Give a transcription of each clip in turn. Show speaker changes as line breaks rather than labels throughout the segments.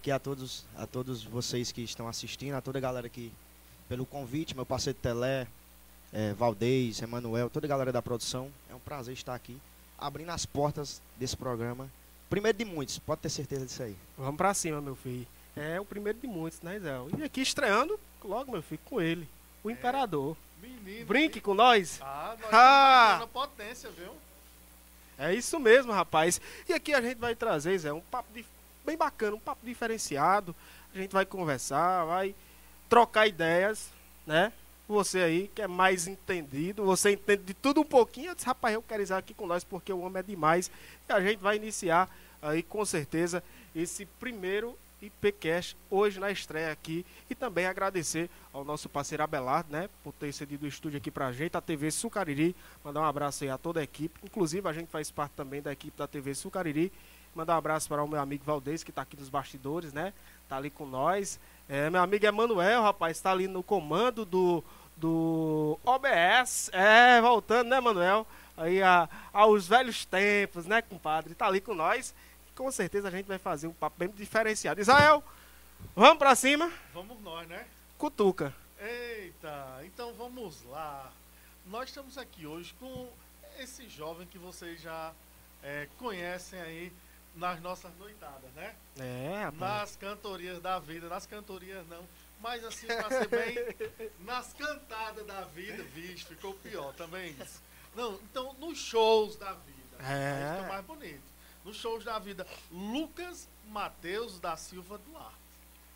aqui a todos, a todos vocês que estão assistindo, a toda a galera que pelo convite, meu parceiro Telé, é, Valdez, Emanuel, toda a galera da produção. É um prazer estar aqui, abrindo as portas desse programa. Primeiro de muitos, pode ter certeza disso aí.
Vamos pra cima, meu filho. É o primeiro de muitos, né, Zé? E aqui estreando logo, meu filho, com ele, o Imperador.
Menino.
Brinque com nós.
Ah, nós
Ah!
estamos na potência, viu?
É isso mesmo, rapaz. E aqui a gente vai trazer, Zé, um papo dif- bem bacana, um papo diferenciado. A gente vai conversar, vai trocar ideias, né? Você aí que é mais entendido, você entende de tudo um pouquinho. Eu disse, rapaz, eu quero estar aqui com nós porque o homem é demais. E a gente vai iniciar aí com certeza esse primeiro IPCast hoje na estreia aqui. E também agradecer ao nosso parceiro Abelardo, né? Por ter cedido o estúdio aqui pra gente, a TV Sucariri. Mandar um abraço aí a toda a equipe. Inclusive, a gente faz parte também da equipe da TV Sucariri. Mandar um abraço para o meu amigo Valdez, que tá aqui nos bastidores, né? Tá ali com nós. É, meu amigo Emanuel, rapaz, tá ali no comando do, do OBS. É, voltando, né, Manuel? Aí a- aos velhos tempos, né, compadre? Tá ali com nós. Com certeza a gente vai fazer um papo bem diferenciado. Israel, vamos pra cima.
Vamos nós, né?
Cutuca.
Eita, então vamos lá. Nós estamos aqui hoje com esse jovem que vocês já eh, conhecem aí nas nossas noitadas, né?
É, rapaz.
Nas cantorias da vida, nas cantorias não, mas assim, pra ser bem, nas cantadas da vida, vixe, ficou pior também isso. Não, então nos shows da vida,
É.
isso que é o mais bonito. Nos shows da vida, Lucas Mateus da Silva Duarte.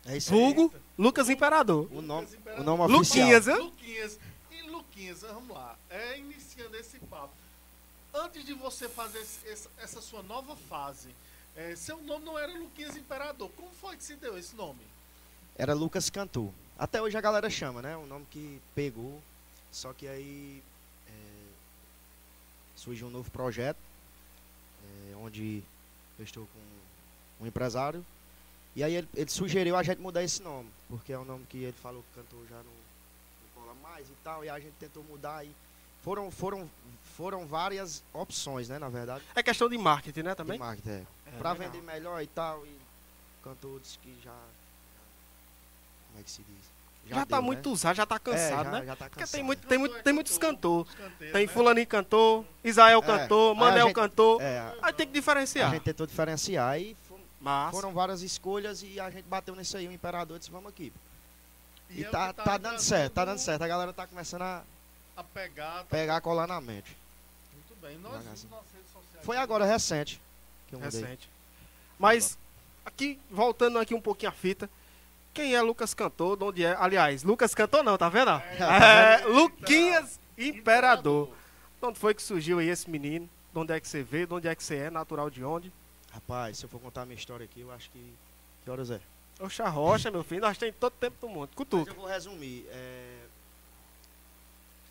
É isso aí.
Vulgo Lucas Imperador.
O nome,
Imperador.
o nome oficial.
Luquinhas. hã?
Luquinhas. E Luquinhas, vamos lá. É, iniciando esse papo. Antes de você fazer esse- essa, essa sua nova fase, é, seu nome não era Luquinhas Imperador. Como foi que se deu esse nome?
Era Lucas Cantu. Até hoje a galera chama, né? Um nome que pegou. Só que aí é, surgiu um novo projeto, é, onde eu estou com um empresário. E aí ele, ele sugeriu a gente mudar esse nome, porque é um nome que ele falou que cantou já não, não cola mais e tal. E a gente tentou mudar e foram, foram, foram várias opções, né? Na verdade,
É questão de marketing, né, também?
de marketing. é
É,
pra
legal.
vender melhor e tal. E cantor disse que já. Como é que se diz?
Já, tá
deu,
muito
né?
usado, já tá cansado,
É, já,
né?
Já tá
Porque
cansado.
tem, muito, tem, muito, tem muitos cantor.
Os canteiros,
Tem
né?
Fulaninho cantor, Israel
É.
cantor,
Aí a
Manel
gente-
cantor.
É, a-
Aí tem que
a
diferenciar.
gente tentou diferenciar e fo-
Mas
foram várias escolhas e a gente bateu nisso aí. O imperador disse: vamos aqui. E,
é o
tá,
que
tá, dando
ajudando
certo, tá dando certo. A galera tá começando a
A pegar, tá
pegar, colar na mente.
muito bem. Nós vimos
Devagarzinho.
nas redes sociais.
Foi agora, recente. Que eu mudei.
recente. Mas aqui, voltando aqui um pouquinho a fita. Quem é Lucas Cantor? De onde é? Aliás, Lucas Cantor não, tá vendo? É, Luquinhas Imperador. De onde foi que surgiu aí esse menino? De onde é que você veio? De onde é que você é? Natural de onde?
Rapaz, se eu for contar a minha história aqui, eu acho que. Que horas é?
Oxa Rocha, meu filho, nós temos todo tempo do mundo.
Mas
Cutuca.
eu vou resumir. é,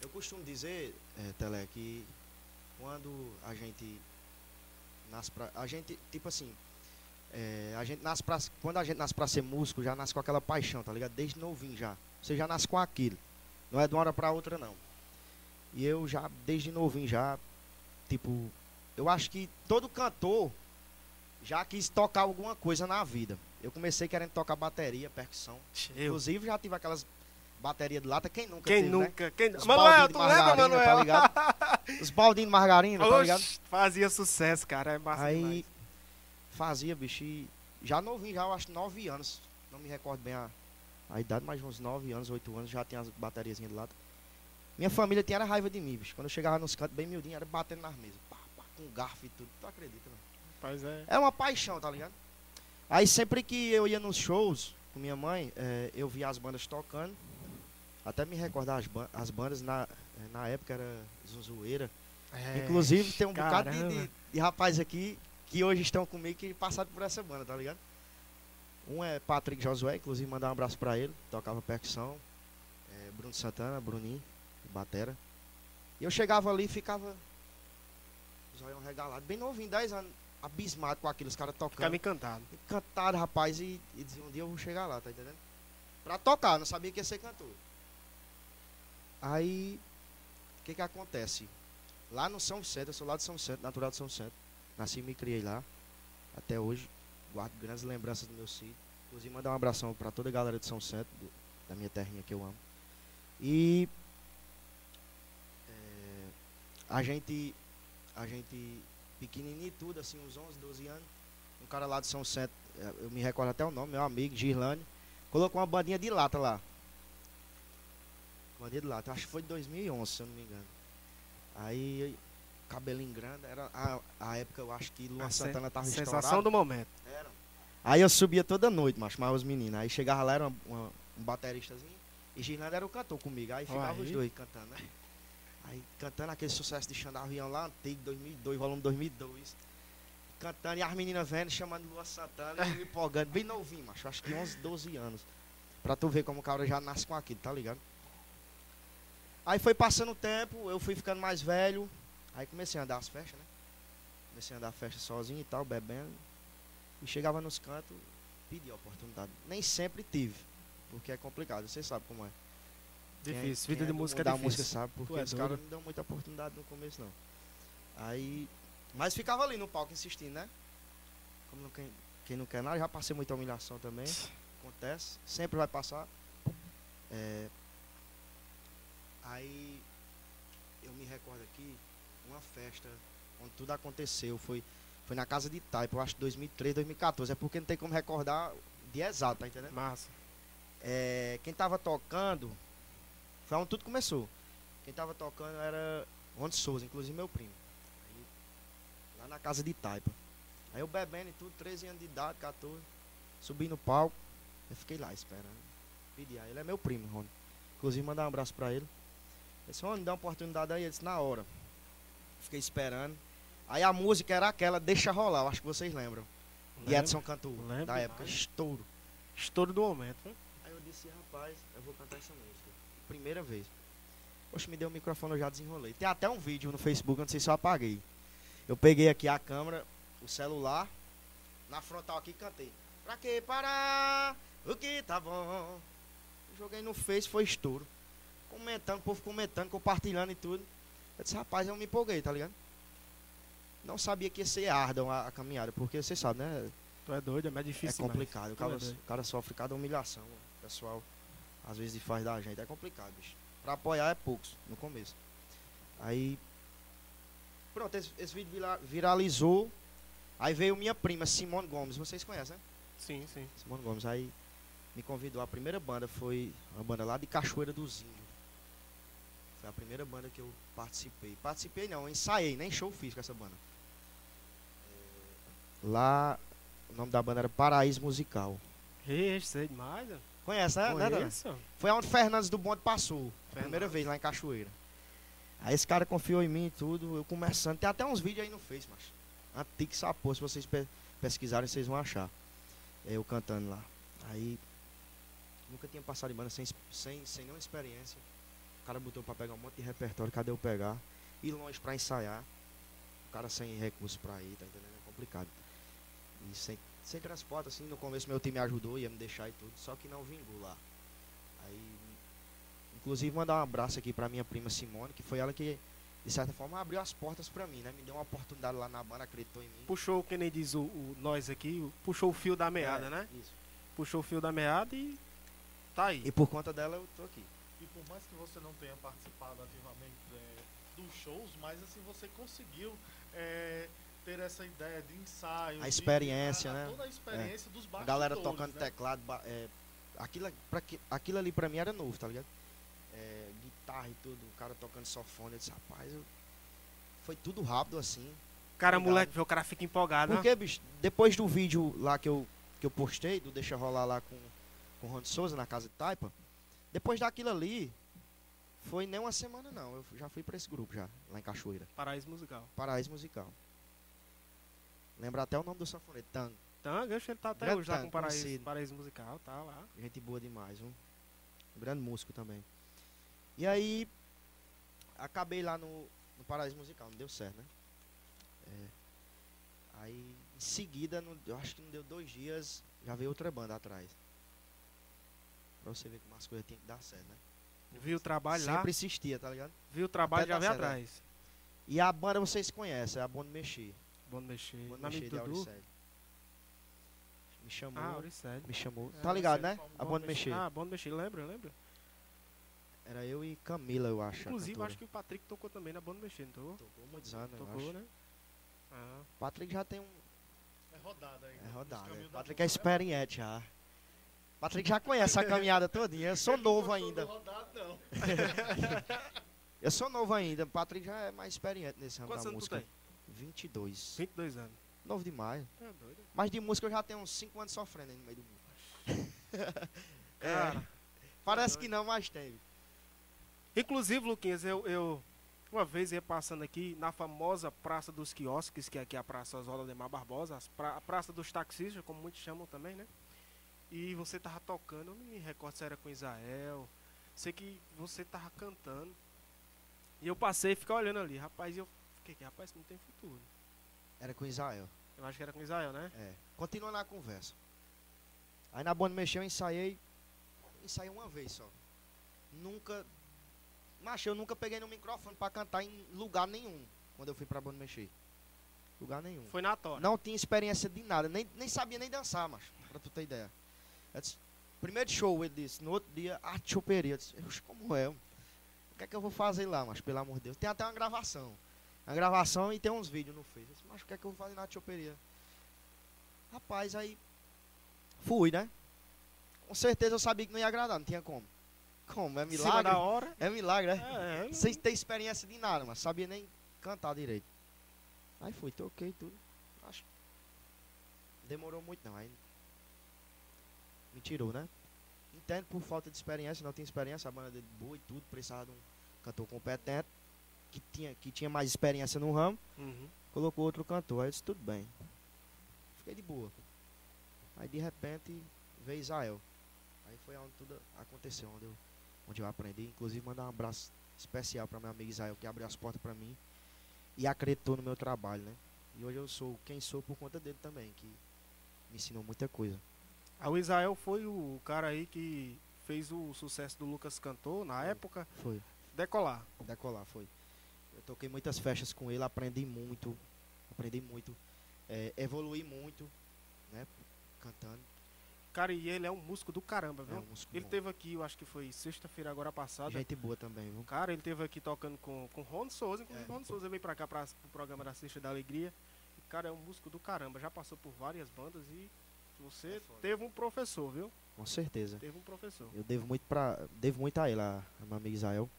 Eu costumo dizer, é, Tele, que quando a gente nasce pra. A gente, tipo assim. é, a gente nasce pra, quando a gente nasce pra ser músico, já nasce com aquela paixão, tá ligado? Desde novinho já. Você já nasce com aquilo. Não é de uma hora pra outra, não. E eu já, desde novinho já, tipo. Eu acho que todo cantor já quis tocar alguma coisa na vida. Eu comecei querendo tocar bateria, percussão.
Eu.
Inclusive já tive aquelas baterias de lata, quem nunca
Quem
teve, né?
nunca? é Quem...
Os
Manuel,
baldinhos de
tu lembra,
margarina,
Manuel?
tá ligado? Os baldinhos de margarina, tá
né, Oxe,
ligado?
fazia sucesso, cara. É massa
Aí
demais.
fazia, bicho, e já novinho, já eu acho 9 anos, não me recordo bem a, a idade, mas uns 9 anos, 8 anos, já tinha as bateriazinhas de lata. Minha família tinha era raiva de mim, bicho. Quando eu chegava nos cantos, bem miudinho, era batendo nas mesas. Pá, pá, com garfo e tudo, tu acredita, mano?
Pois é.
É uma paixão, tá ligado? Aí sempre que eu ia nos shows com minha mãe, eh, eu via as bandas tocando. Até me recordar as, ban- as bandas na, eh, na época era Zunzueira.
É,
Inclusive tem um bocado de,
caramba.
de, de rapaz aqui que hoje estão comigo que passaram por essa banda, tá ligado? Um é Patrick Josué, inclusive mandar um abraço pra ele, tocava percussão. Eh, Bruno Santana, Bruninho, batera. E eu chegava ali e ficava. Zoião regalado, bem novinho, 10 anos, abismado com aquilo, os caras tocando
Ficava encantado.
encantado, rapaz, e, e dizia, um dia eu vou chegar lá, tá entendendo? Pra tocar, não sabia que ia ser cantor. Aí, o que que acontece? Lá no São Vicente, eu sou lá de São Vicente, natural de São Vicente. Nasci e me criei lá, até hoje. Guardo grandes lembranças do meu sítio. Inclusive, mandar um abração para toda a galera de São Sete, do- da minha terrinha que eu amo. E é, a gente, a gente pequenininho e tudo, assim, uns 11, 12 anos, um cara lá de São Sete, eh, eu me recordo até o nome, meu amigo, Girlane, colocou uma bandinha de lata lá. Bandinha de lata, acho que foi de 2011, se eu não me engano. Aí, cabelinho grande, era a, a época, eu acho que Luan
A sen-
Santana tava
Ah, Sensação
estourado.
do momento.
Era. Aí eu subia toda noite, macho, mas os meninos. Aí chegava lá, era uma- uma- um bateristazinho. E Girlando era o cantor comigo. Aí ficava
Aí.
os dois cantando, né? Aí cantando aquele sucesso de Xandavião lá, antigo, 2002, volume 2002. Cantando e as meninas vendo, chamando Lua Santana e eu me empolgando. Bem novinho, macho. Acho que 11, 12 anos. Pra tu ver como o cara já nasce com aquilo, tá ligado? Aí foi passando o tempo, eu fui ficando mais velho. Aí comecei a andar as festas, né? Comecei a andar festa sozinho e tal, bebendo. E chegava nos cantos, pedia oportunidade. Nem sempre tive, porque é complicado, você sabe como é. Quem é-
Difícil.
quem
Vida
é
de
do
música
mundo
é
da
difícil.
música sabe, porque
é
os caras
doido.
não dão muita oportunidade no começo, não. Aí. Mas ficava ali no palco insistindo, né? Como não, quem, quem não quer nada, já passei muita humilhação também. Acontece, sempre vai passar. É, aí eu me recordo aqui, uma festa onde tudo aconteceu, foi, foi na casa de Taipa, eu acho 2003, 2014. É porque não tem como recordar de exato, tá entendendo?
Massa.
é, quem tava tocando foi onde tudo começou. Quem tava tocando era Rony Souza, inclusive meu primo. Aí, lá na casa de Taipa. Aí eu bebendo e tudo, 13 anos de idade, 14. Subi no palco, eu fiquei lá esperando. Pedi aí, ele é meu primo, Rony. Inclusive, mandar um abraço pra ele. Ele disse, Rony, dá uma oportunidade aí, ele disse, na hora. Fiquei esperando. Aí a música era aquela, Deixa Rolar, eu acho que vocês lembram. De
Lembro.
Edson Cantu,
Lembro
da época,
demais.
estouro.
Estouro do momento. né?
Aí eu disse, rapaz, eu vou cantar essa música. Primeira vez. Poxa, me deu o microfone, eu já desenrolei. Tem até um vídeo no Facebook, eu não sei se eu apaguei. Eu peguei aqui a câmera, o celular, na frontal aqui e cantei. Pra que parar? O que tá bom? Joguei no Face, foi estouro. Comentando, o povo comentando, compartilhando e tudo. Eu disse, rapaz, eu me empolguei, tá ligado? Não sabia que ia ser árdua a, a caminhada, porque você sabe, né?
Tu é doido, é mais
É
difícil. demais.
complicado. O cara,
Tudo é doido.
o cara sofre cada humilhação. O pessoal às vezes faz da gente. É complicado, bicho. Pra apoiar é poucos, no começo. Aí. Pronto, esse, esse vídeo vira- viralizou. Aí veio minha prima, Simone Gomes. Vocês conhecem, né?
Sim, sim.
Simone Gomes. Aí me convidou. A primeira banda foi uma banda lá de Cachoeira dos Índios. Foi a primeira banda que eu participei. Participei não, eu ensaiei, nem show fiz com essa banda. É, Lá, o nome da banda era Paraíso Musical.
Ixi, sei demais. né?
Conhece, né? né, Dona?
Conheço.
Foi onde Fernandes do Bonde passou.
Fernandes.
Primeira vez lá em Cachoeira. Aí esse cara confiou em mim e tudo. Eu começando. Tem até uns vídeos aí no Face, macho. Antigo sapô. Se vocês pe- pesquisarem, vocês vão achar. É, Eu cantando lá. Aí. Nunca tinha passado em banda sem, sem, sem nenhuma experiência. O cara botou pra pegar um monte de repertório. Cadê eu pegar? Ir longe pra ensaiar. O cara sem recurso pra ir, tá entendendo? É complicado. E sem, sem transporte, assim. No começo meu time me ajudou, ia me deixar e tudo. Só que não vingou lá. Aí, inclusive, mandar um abraço aqui pra minha prima Simone, que foi ela que, de certa forma, abriu as portas pra mim, né? Me deu uma oportunidade lá na banda, acreditou em mim.
Puxou, que nem diz o, o nós aqui, o- puxou o fio da meada,
É,
né?
Isso.
Puxou o fio da meada e tá aí.
E por conta dela eu tô aqui.
E por mais que você não tenha participado ativamente é, dos shows, mas assim você conseguiu é, ter essa ideia de ensaio,
A
de-
experiência,
a- a
né?
Toda a experiência
A
dos bastidores.
galera tocando
né?
teclado, ba- é, aquilo, pra, que- aquilo ali pra mim era novo, tá ligado? É, guitarra e tudo, o cara tocando sofone, eu disse, rapaz, eu- foi tudo rápido assim.
Cara,
Obrigado.
moleque, o cara fica empolgado, né?
Porque, bicho, depois do vídeo lá que eu, que eu postei, do Deixa Rolar lá com, com o Ron de Souza na casa de Taipa, depois daquilo ali, foi nem uma semana não. Eu já fui pra esse grupo já, lá em Cachoeira.
né? Paraíso musical.
Paraíso Musical. Lembra até o nome do sanfoneiro, Tango.
Tanga, oxe, ele tá até
Grande
hoje lá
Tanga,
com paraíso,
conhecido.
paraíso musical, tá lá.
Gente boa demais, um, um grande músico também. E aí, acabei lá no, no Paraíso Musical, não deu certo, né? É. Aí, em seguida, não- eu acho que não deu dois dias, já veio outra banda atrás. Pra você ver como as coisas tinham que dar certo, né?
Viu o trabalho
Sempre
lá,
insistia, tá ligado?
viu o trabalho
até
já
dar
veio
certo, né?
atrás.
E a banda vocês conhecem, é a Banda Mexer.
Bom mexer.
Banda
Meu
Mexer
amigo
de
Dudu,
Auricélio. Me chamou.
Ah, Auricélio.
me chamou.
É,
tá ligado, né?
Auricélio Palma.
A Banda Mexer.
Ah, Bom de Mexer, lembra, lembra?
Era eu e Camila, eu acho. a
Inclusive, eu
cantora.
acho que o Patrick tocou também na Banda Mexer, não tocou?
Tocou muitos anos, eu
Tocou,
acho.
né? Ah,
Patrick já tem um.
É rodada aí.
É rodada.
Os caminhos da
né?
Patrick é
bola.
experiente já. Patrick já conhece a caminhada todinha. Eu sou novo
Não sou do
ainda.
Rodada, não.
Eu sou novo ainda. Patrick já é mais experiente nesse ramo
quantos
da
anos tu
música.
tem?
22.
22 anos.
Novo demais.
Tá doido?
Mas de música eu já tenho uns 5 anos sofrendo aí no meio do mundo. É,
Cara,
parece
doido.
que não, mas tem.
Inclusive, Luquinhas, eu, eu uma vez ia passando aqui na famosa Praça dos Quiosques, que é aqui a Praça Oswaldo Ademar Barbosa, as pra- a Praça dos Taxistas, como muitos chamam também, né? E você tava tocando, eu não me recordo se era com Israel, sei que você tava cantando. E eu passei e fiquei olhando ali, rapaz, e eu fiquei, aqui, rapaz, não tem futuro.
Era com Israel.
Eu acho que era com Israel, né?
É. Continuando a conversa. Aí na banda mexeu, eu ensaiei. Ensaiei uma vez só. Nunca. Macho, eu nunca peguei no microfone pra cantar em lugar nenhum. Quando eu fui pra banda mexer. Lugar nenhum.
Foi na tora.
Não tinha experiência de nada, nem, nem sabia nem dançar, macho, pra tu ter ideia. Eu disse, primeiro show, ele disse, no outro dia, arte choperia. Eu disse, "Oxe, como é? mano? O que é que eu vou fazer lá, macho, pelo amor de Deus? Tem até uma gravação. Uma gravação e tem uns vídeos no Face. Eu disse, macho, o que é que eu vou fazer na arte choperia? Rapaz, aí fui, né? Com certeza eu sabia que não ia agradar, não tinha como. Como? É
Em cima
milagre?
da hora.
É milagre, né?
É, é,
Sem ter experiência de nada, mas sabia nem cantar direito. Aí fui, toquei tudo. Acho. Demorou muito não, aí. Me tirou, né? Entendo por falta de experiência, não tinha experiência, a banda dele boa e tudo, precisava de um cantor competente, que tinha, que tinha mais experiência no ramo,
Uhum.
colocou outro cantor, aí eu disse, tudo bem. Fiquei de boa. Aí de repente veio Israel. Aí foi onde tudo aconteceu, onde eu, onde eu aprendi. Inclusive mandar um abraço especial para meu amigo Israel, que abriu as portas para mim e acreditou no meu trabalho, né? E hoje eu sou quem sou por conta dele também, que me ensinou muita coisa.
Aí o Israel foi o cara aí que fez o sucesso do Lucas Cantor na época.
Foi.
Decolar.
Decolar, foi. Eu toquei muitas festas com ele, aprendi muito, aprendi muito, eh, evoluí muito, né? Cantando.
Cara, e ele é um músico do caramba,
É
viu?
um músico
Ele
bom.
teve aqui, eu acho que foi sexta-feira agora passada.
Gente boa também, viu?
Cara, ele teve aqui tocando com com Ron Souza, inclusive
É.
Ron Souza veio pra cá pra, pro programa da Sexta da Alegria. E, cara, é um músico do caramba, já passou por várias bandas e você
É foda.
teve um professor, viu?
Com certeza.
Teve um professor.
Eu devo muito para devo muito a ele, a, a meu amigo Israel.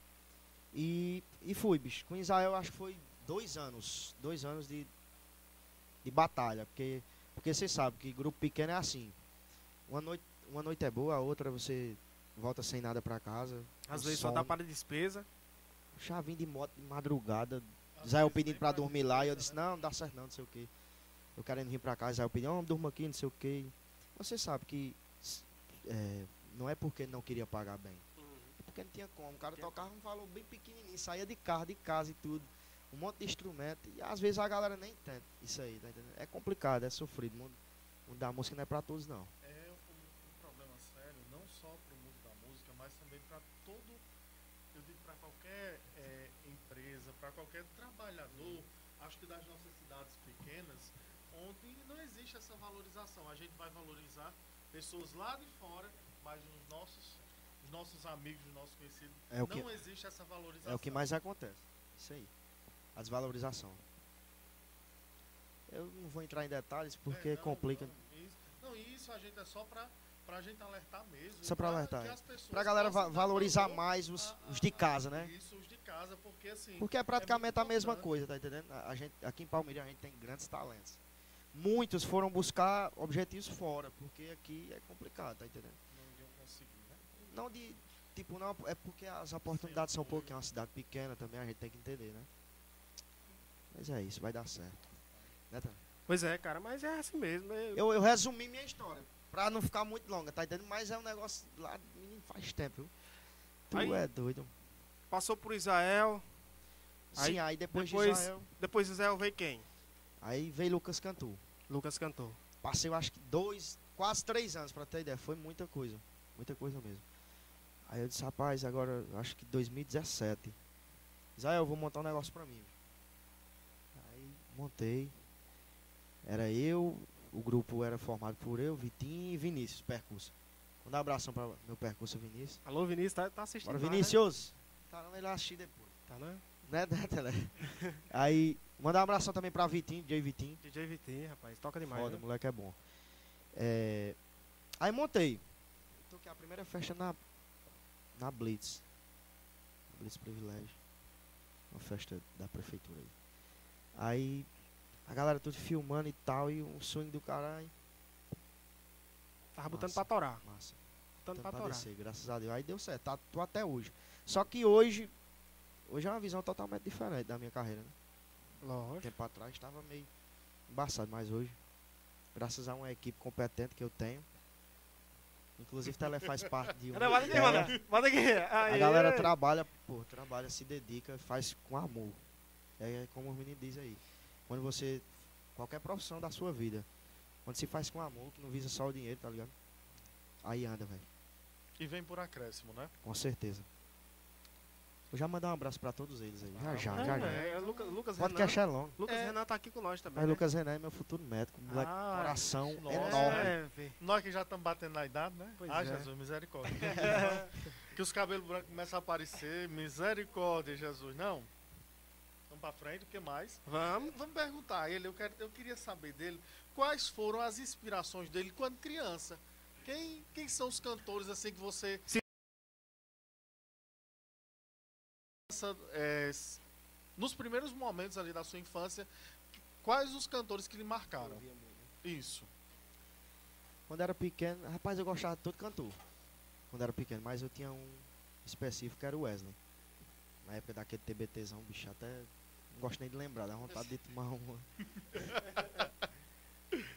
E, e fui, bicho. Com Israel acho que foi dois anos, dois anos de, de batalha, porque porque você sabe que grupo pequeno é assim. Uma noite, uma noite é boa, a outra você volta sem nada pra casa.
Às
o
vezes só dá
sono.
para despesa.
Já vim de moto de madrugada,
Às
Israel
vezes
pedindo
nem
é pra dormir lá, e eu disse,
né?
não, não dá certo não, não sei o que. Eu querendo vir pra casa, Israel pedindo, oh, durma aqui, não sei o que. Você sabe que s- é, não é porque não queria pagar bem. É porque não tinha como. O cara
Tinha
tocava um valor bem pequenininho, saía de carro, de casa e tudo. Um monte de instrumento. E às vezes a galera nem entende isso aí, tá entendendo? É complicado, é sofrido. O mundo, o mundo da música não é pra todos, não.
É um, um problema sério, não só para o mundo da música, mas também para todo, eu digo para qualquer é, empresa, para qualquer trabalhador, acho que das nossas cidades pequenas, onde não existe essa valorização. A gente vai valorizar pessoas lá de fora, mas os nossos, os nossos amigos, os nossos conhecidos,
É o que,
não existe essa valorização.
é o que mais acontece. Isso aí. A desvalorização. Eu não vou entrar em detalhes porque
É, não,
complica.
Não isso, não, isso a gente é só para a gente alertar mesmo.
Só pra
e pra
alertar,
que
é.
as pessoas
Pra galera va-
possam dar
valorizar
valor
mais os,
a-
os
a-
de casa, né?
Isso, os de casa, porque assim.
Porque é praticamente a mesma
importante.
coisa, tá entendendo? A a gente, aqui em Palmeiras a gente tem grandes talentos. Muitos foram buscar objetivos fora, porque aqui é complicado, tá entendendo?
Não iam conseguir, né?
Não de. Tipo, não, é porque as oportunidades são poucas, é uma cidade pequena também, a gente tem que entender, né? Mas é isso, vai dar certo. Né, Tânia?
Pois é, cara, mas é assim mesmo. é-
eu, eu resumi minha história, pra não ficar muito longa, tá entendendo? Mas é um negócio lá, menino, faz tempo, viu? Tu
Aí-
é doido.
Passou por Israel, aí-
Sim, aí depois,
depois-
de Israel,
depois Israel veio quem?
aí veio Lucas Cantu.
Lucas Cantor.
Passei, eu acho que dois, quase três anos pra ter ideia. Foi muita coisa. Muita coisa mesmo. Aí eu disse, rapaz, agora eu acho que 2017. Israel, eu vou montar um negócio pra mim. Aí montei. Era eu, O grupo era formado por eu, Vitinho e Vinícius, percurso. Manda um abração para meu percurso, Vinícius.
Alô, Vinícius, tá, tá assistindo.
Bora,
lá, né?
Vinícius! Tá, não, ele vai assistir depois.
Tá, né?
Né, né, Tele? Aí, mandar um abração também para Vitinho, DJ Vitinho.
DJ Vitinho, rapaz, toca demais.
Foda,
né?
moleque é bom. É, Aí montei. Toquei a primeira festa na, na Blitz. Blitz Privilégio. Uma festa da prefeitura aí. Aí a galera tudo filmando e tal, e um swing do caralho.
Tava botando
Massa.
pra torar.
Massa.
Botando
Tanto
pra
pra
torar.
descer, graças a Deus. Aí deu certo, tá, tô até hoje. Só que hoje, hoje é uma visão totalmente diferente da minha carreira, né? Um
Lógico.
tempo atrás estava meio embaçado, mas hoje, graças a uma equipe competente que eu tenho, inclusive Tele faz parte de uma.
Não, bota aqui,
dela,
mano. Bota aqui.
a
Aê.
galera trabalha, pô, trabalha, se dedica, faz com amor. É como os meninos dizem aí. Quando você. Qualquer profissão da sua vida, quando se faz com amor, que não visa só o dinheiro, tá ligado? Aí anda, velho.
E vem por acréscimo, né?
Com certeza. Vou já mandar um abraço pra todos eles aí. Já, já,
É,
já, já.
é, é Lucas, Lucas
Pode
Renan.
que é longo.
Lucas
É.
Renan tá aqui com nós também.
Mas
né?
Lucas Renan é meu futuro médico. Moleque,
Ah,
coração
nossa.
enorme.
É, vê.
Nós que já estamos batendo na idade, né?
Pois
ah,
é.
Jesus, misericórdia. que os cabelos brancos começam a aparecer. Misericórdia, Jesus. Não. Vamos pra frente, o que mais?
Vamos.
Vamos perguntar a ele, eu, quero, eu queria saber dele quais foram as inspirações dele quando criança. Quem, quem são os cantores assim que você.
Sim.
Essa, é, s- nos primeiros momentos ali da sua infância, quais os cantores que lhe marcaram? Isso.
Quando era pequeno, rapaz, eu gostava de todo cantor. Quando era pequeno, mas eu tinha um específico que era o Wesley. Na época daquele TBTzão, bicho, até não gosto nem de lembrar, dá vontade de tomar uma.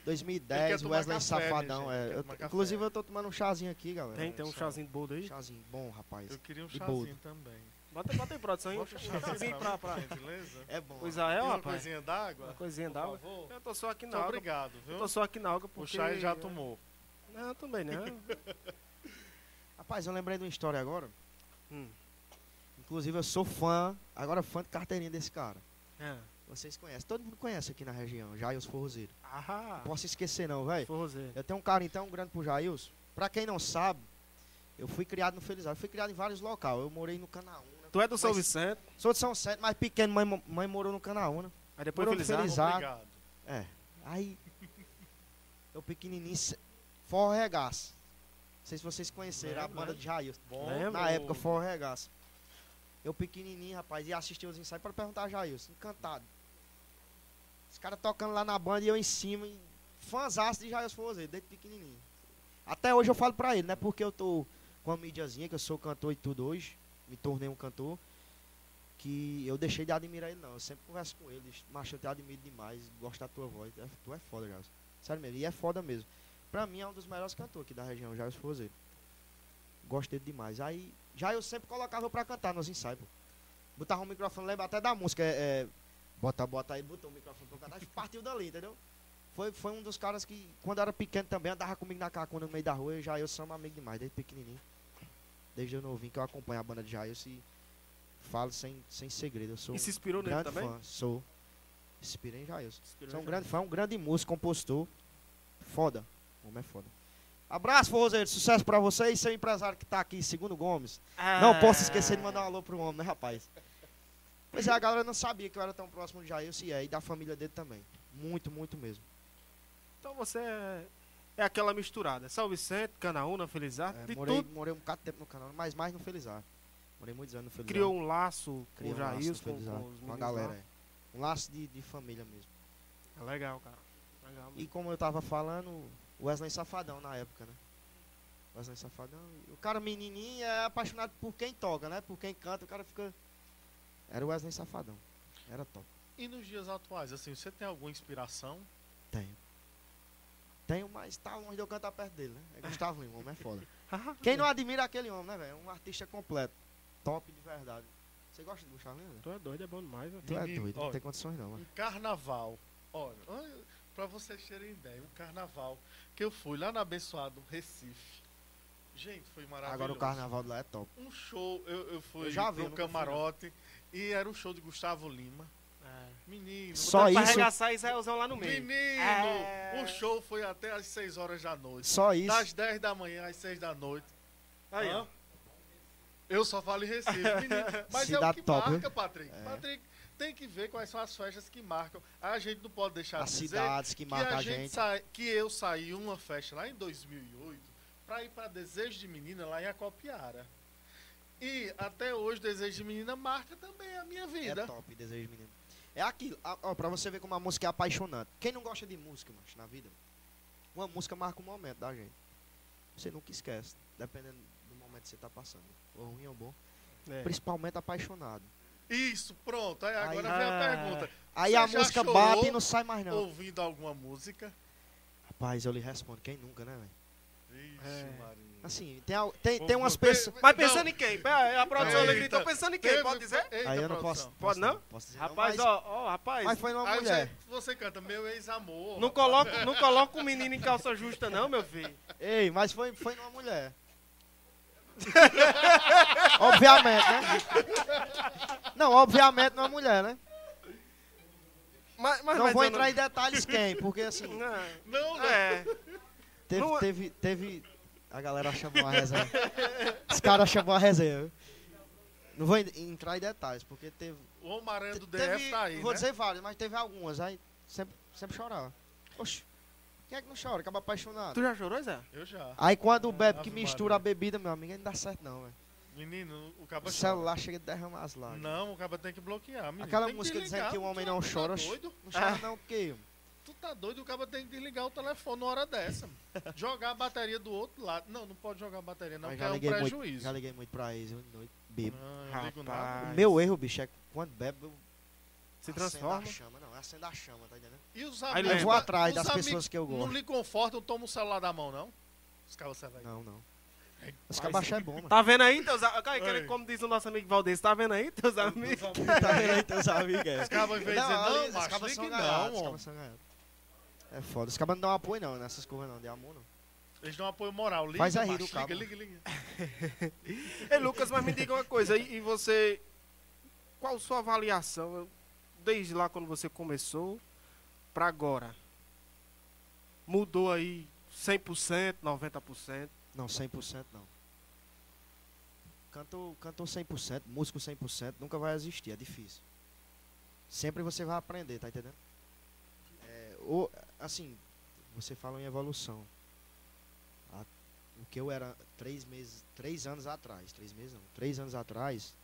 2010,
Ele quer
Wesley
tomar café,
Safadão.
né,
é.
gente? Ele quer
Eu
tomar
t-
café.
inclusive, eu tô tomando um chazinho aqui, galera.
Tem, tem um chazinho de boldo aí.
Chazinho bom, rapaz.
Eu queria um
De
chazinho
boldo.
também.
Bota, bota aí, produção. aí, Um
Bota um chazinho
chazinho pra... pra...
Beleza?
É bom.
O
rapaz.
Israel,
uma
rapaz.
coisinha d'água?
Uma coisinha
Por
dá. ué.
favor.
Eu tô só aqui na
Muito
alga.
obrigado,
Eu
viu?
tô só aqui na alga porque...
O chá já tomou.
Não, né? também não.
Rapaz, eu lembrei de uma história agora.
Hum.
Inclusive, eu sou fã, agora fã de carteirinha desse cara.
É.
Vocês conhecem, todo mundo conhece aqui na região, Jails Forrozeiro.
Ah,
Posso esquecer não, velho.
Forrozeiro.
Eu tenho um carinho tão grande pro Jailson. Pra quem não sabe, eu fui criado no Felizardo. Eu fui criado em vários locais. Eu morei no Canaúna.
Tu é do São
Mas-
Vicente,
Sou de São Sete, mas pequeno, mãe, mo- mãe morou no Canaúna.
aí depois
Morou
Felizardo.
Feliz- Exato.
Obrigado.
É. Aí, eu pequenininho, se- Forró Regaço. Não sei se vocês conheceram a
Lembro,
banda de Jailson.
Bom,
Lembro.
Na época, Forró Regaço. Eu pequenininho, rapaz, ia assistir os ensaios pra perguntar a Jailson. Encantado. Os caras tocando lá na banda e eu em cima. e Fãzaço de Jailson Forrozeiro, desde pequenininho. Até hoje eu falo pra ele, né? Porque eu tô com a mídiazinha, que eu sou cantor e tudo hoje. Me tornei um cantor. Que eu deixei de admirar ele, não. Eu sempre converso com ele. diz, Macho, eu te admiro demais. Gosto da tua voz. é- Tu é foda, Jailson. Sério mesmo. E é foda mesmo. Pra mim é um dos melhores cantores aqui da região, Jailson Forrozeiro. Gosto dele demais. Aí, já eu sempre colocava pra cantar nos ensaios, pô. Botava o microfone, lembra até da música. É, é, bota, bota aí, botou o microfone pra eu cantar. e Partiu dali, entendeu? Foi, foi um dos caras que, quando era pequeno também, andava comigo na cacunda no meio da rua. E já eu sou um amigo demais, desde pequenininho. Desde eu novinho que eu acompanho a banda de Jair, se falo sem, sem segredo. Eu sou
E se inspirou
um
nele
grande
também?
fã, sou. Inspirei em Jailson.
Inspirou
Sou um
nele
grande fã, um grande músico, compositor. Foda. O homem é foda. Abraço, Forrozeiro. Sucesso pra você e seu empresário que tá aqui, segundo Gomes.
também.
Não posso esquecer de mandar um alô pro homem, né, rapaz? Pois é, a galera não sabia que eu era tão próximo de Jair se é, e da família dele também. Muito, muito mesmo.
Então você é, é aquela misturada. São Vicente, Canaúna, Felizardo,
É,
de
morei,
tudo.
morei um bocado de tempo no canal, mas mais no Felizar. Morei muitos anos no Felizar.
Criou um laço com
Criei
o
um laço no
Jair, com,
Felizardo,
com os
com a
meninos
galera.
lá.
é. Um laço de, de família mesmo.
É legal, cara. Legal.
E
mesmo.
como eu tava falando, o Wesley Safadão na época, né? Wesley Safadão. O cara menininho é apaixonado por quem toca, né? Por quem canta, o cara fica... Era o Wesley Safadão. Era top.
E nos dias atuais, assim, você tem alguma inspiração?
Tenho. Tenho, mas tá longe de eu cantar perto dele, né? É Gustavo Lima, o homem é foda. Quem
é
não admira aquele homem, né, velho? É Um artista completo. Top de verdade. Você gosta de Gustavo Lima? velho?
Tu é doido, é bom demais, velho.
Tu é
Ninguém-
doido, não
olha.
tem condições não, mano.
Um carnaval. Olha, olha, pra vocês terem ideia, um carnaval que eu fui lá na abençoado Recife. Gente, foi maravilhoso.
Agora o carnaval de lá é top.
Um show, eu, eu fui
Eu já vi, eu
pro
nunca fui, não.
camarote e era um show de Gustavo Lima. Menino,
Só
É. Pra
isso,
arregaçar Israelzão lá no meio.
menino,
É.
o show foi até às 6 horas da noite.
só isso.
Das 10 da manhã às 6 da noite.
Aí, ó.
Hã? Eu só falo em Recife, menino. Mas é o
Cidade
que
top,
marca,
viu?
Patrick.
É.
Patrick, tem que ver quais são as festas que marcam. A gente não pode deixar
As
de dizer
cidades que
que, a
marcam a
gente
gente.
sai- que eu saí uma festa lá em 2008 para ir para Desejo de Menina lá em Acopiara. E até hoje Desejo de Menina marca também a minha
É
vida.
top, desejo menino. É aquilo, a- ó, pra você ver como a música é apaixonante. Quem não gosta de música, macho, na vida? Uma música marca um momento da gente. Você nunca esquece, dependendo do momento que você tá passando. Ou ruim ou bom.
É.
Principalmente apaixonado.
Isso, pronto. Aí agora
Aí-
vem a
Ah.
pergunta.
Aí
Você
a
já
música
chorou?
bate e não sai mais não.
Ouvindo alguma música?
Rapaz, eu lhe respondo, quem nunca, né, velho?
Vixe,
É.
Maria.
Assim, tem, al- tem,
Vou-
tem umas
vou-
pessoas.
Mas pensando em quem? Pera
Então,
aí, a produção
Eita.
ele gritou pensando em quem? Pode dizer?
Eita,
Aí eu não posso.
produção.
posso
não?
Posso dizer
Rapaz,
não, mas,
ó, ó, rapaz.
Mas foi numa
Aí
mulher.
você, você canta Meu Ex-Amor.
Não coloca, não coloca o menino em calça justa, não, meu filho.
Ei, mas foi, foi numa mulher. obviamente, né? Não, obviamente numa mulher, né?
Mas, mas
Não
Ah, mas
vou
eu
entrar em detalhes quem, porque assim,
Não,
Não, não.
é.
teve,
Não-
teve, teve. A galera chamou a resenha. Os caras chamou a resenha. viu? Não vou en- entrar em detalhes, porque teve.
O Homem-Aranha do DF
teve
tá aí,
vou
né?
dizer várias, mas teve algumas, aí sempre, sempre chorava. Oxi, quem é que não chora? Acaba apaixonado.
Tu já chorou, Zé?
né? Eu já.
Aí quando bebe que
Ave
mistura a
Maria.
bebida, meu amigo, aí não dá certo não, velho.
Menino, o
O
cabo
celular chega a derramar as lágrimas.
Não, o cabo tem que bloquear, menino.
Aquela
Tem que
música dizendo
desligar.
que o homem não
Tu tá
chora, oxe.
doido?
Não chora não, porque
Tu tá doido? O cabo tem que desligar o telefone na hora dessa. mano. jogar a bateria do outro lado. Não, não pode jogar a bateria, não,
Mas
porque
já
é um
liguei muito,
prejuízo.
já liguei muito pra ex, eu de noite bebo.
Não, eu não digo nada.
Rapaz.
O
Mas-
meu erro, bicho, é que quando bebe, eu
Se
acendo
transforma.
a chama, não, acenda a chama, tá entendendo?
E os
Aí
amigos-
Eu vou atrás
os
das
amigos
pessoas que eu
Não
gosto.
lhe confortam, toma o celular da mão, não? Os cabos você vai.
Não, não.
Rapaz.
Os cabachos é bom, mano.
Tá vendo aí, teus
Ei.
amigos? Como diz o nosso amigo Valdez, tá vendo aí, teus amigos?
Tá vendo aí teus amigos? é?
Os cabos em vez de dizer,
ali,
não,
os
macho,
cabas
ligue
são gaiados,
não,
os
homem.
cabas são gaiados. É foda, os cabas não dão apoio não, nessas curvas não, de amor não.
Eles dão um apoio moral. Liga,
Faz a rir
macho,
do
liga,
cabo.
liga, liga.
Ei, Lucas, mas me diga uma coisa, e, e você. Qual sua avaliação desde lá quando você começou pra agora? Mudou aí 100%, 90%?
Não, 100% não. Cantor, cantor 100%, músico 100%, nunca vai existir, é difícil. Sempre você vai aprender, tá entendendo? É, ou, assim, você fala em evolução. A- o que eu era três meses, três anos atrás, três meses não, três anos atrás,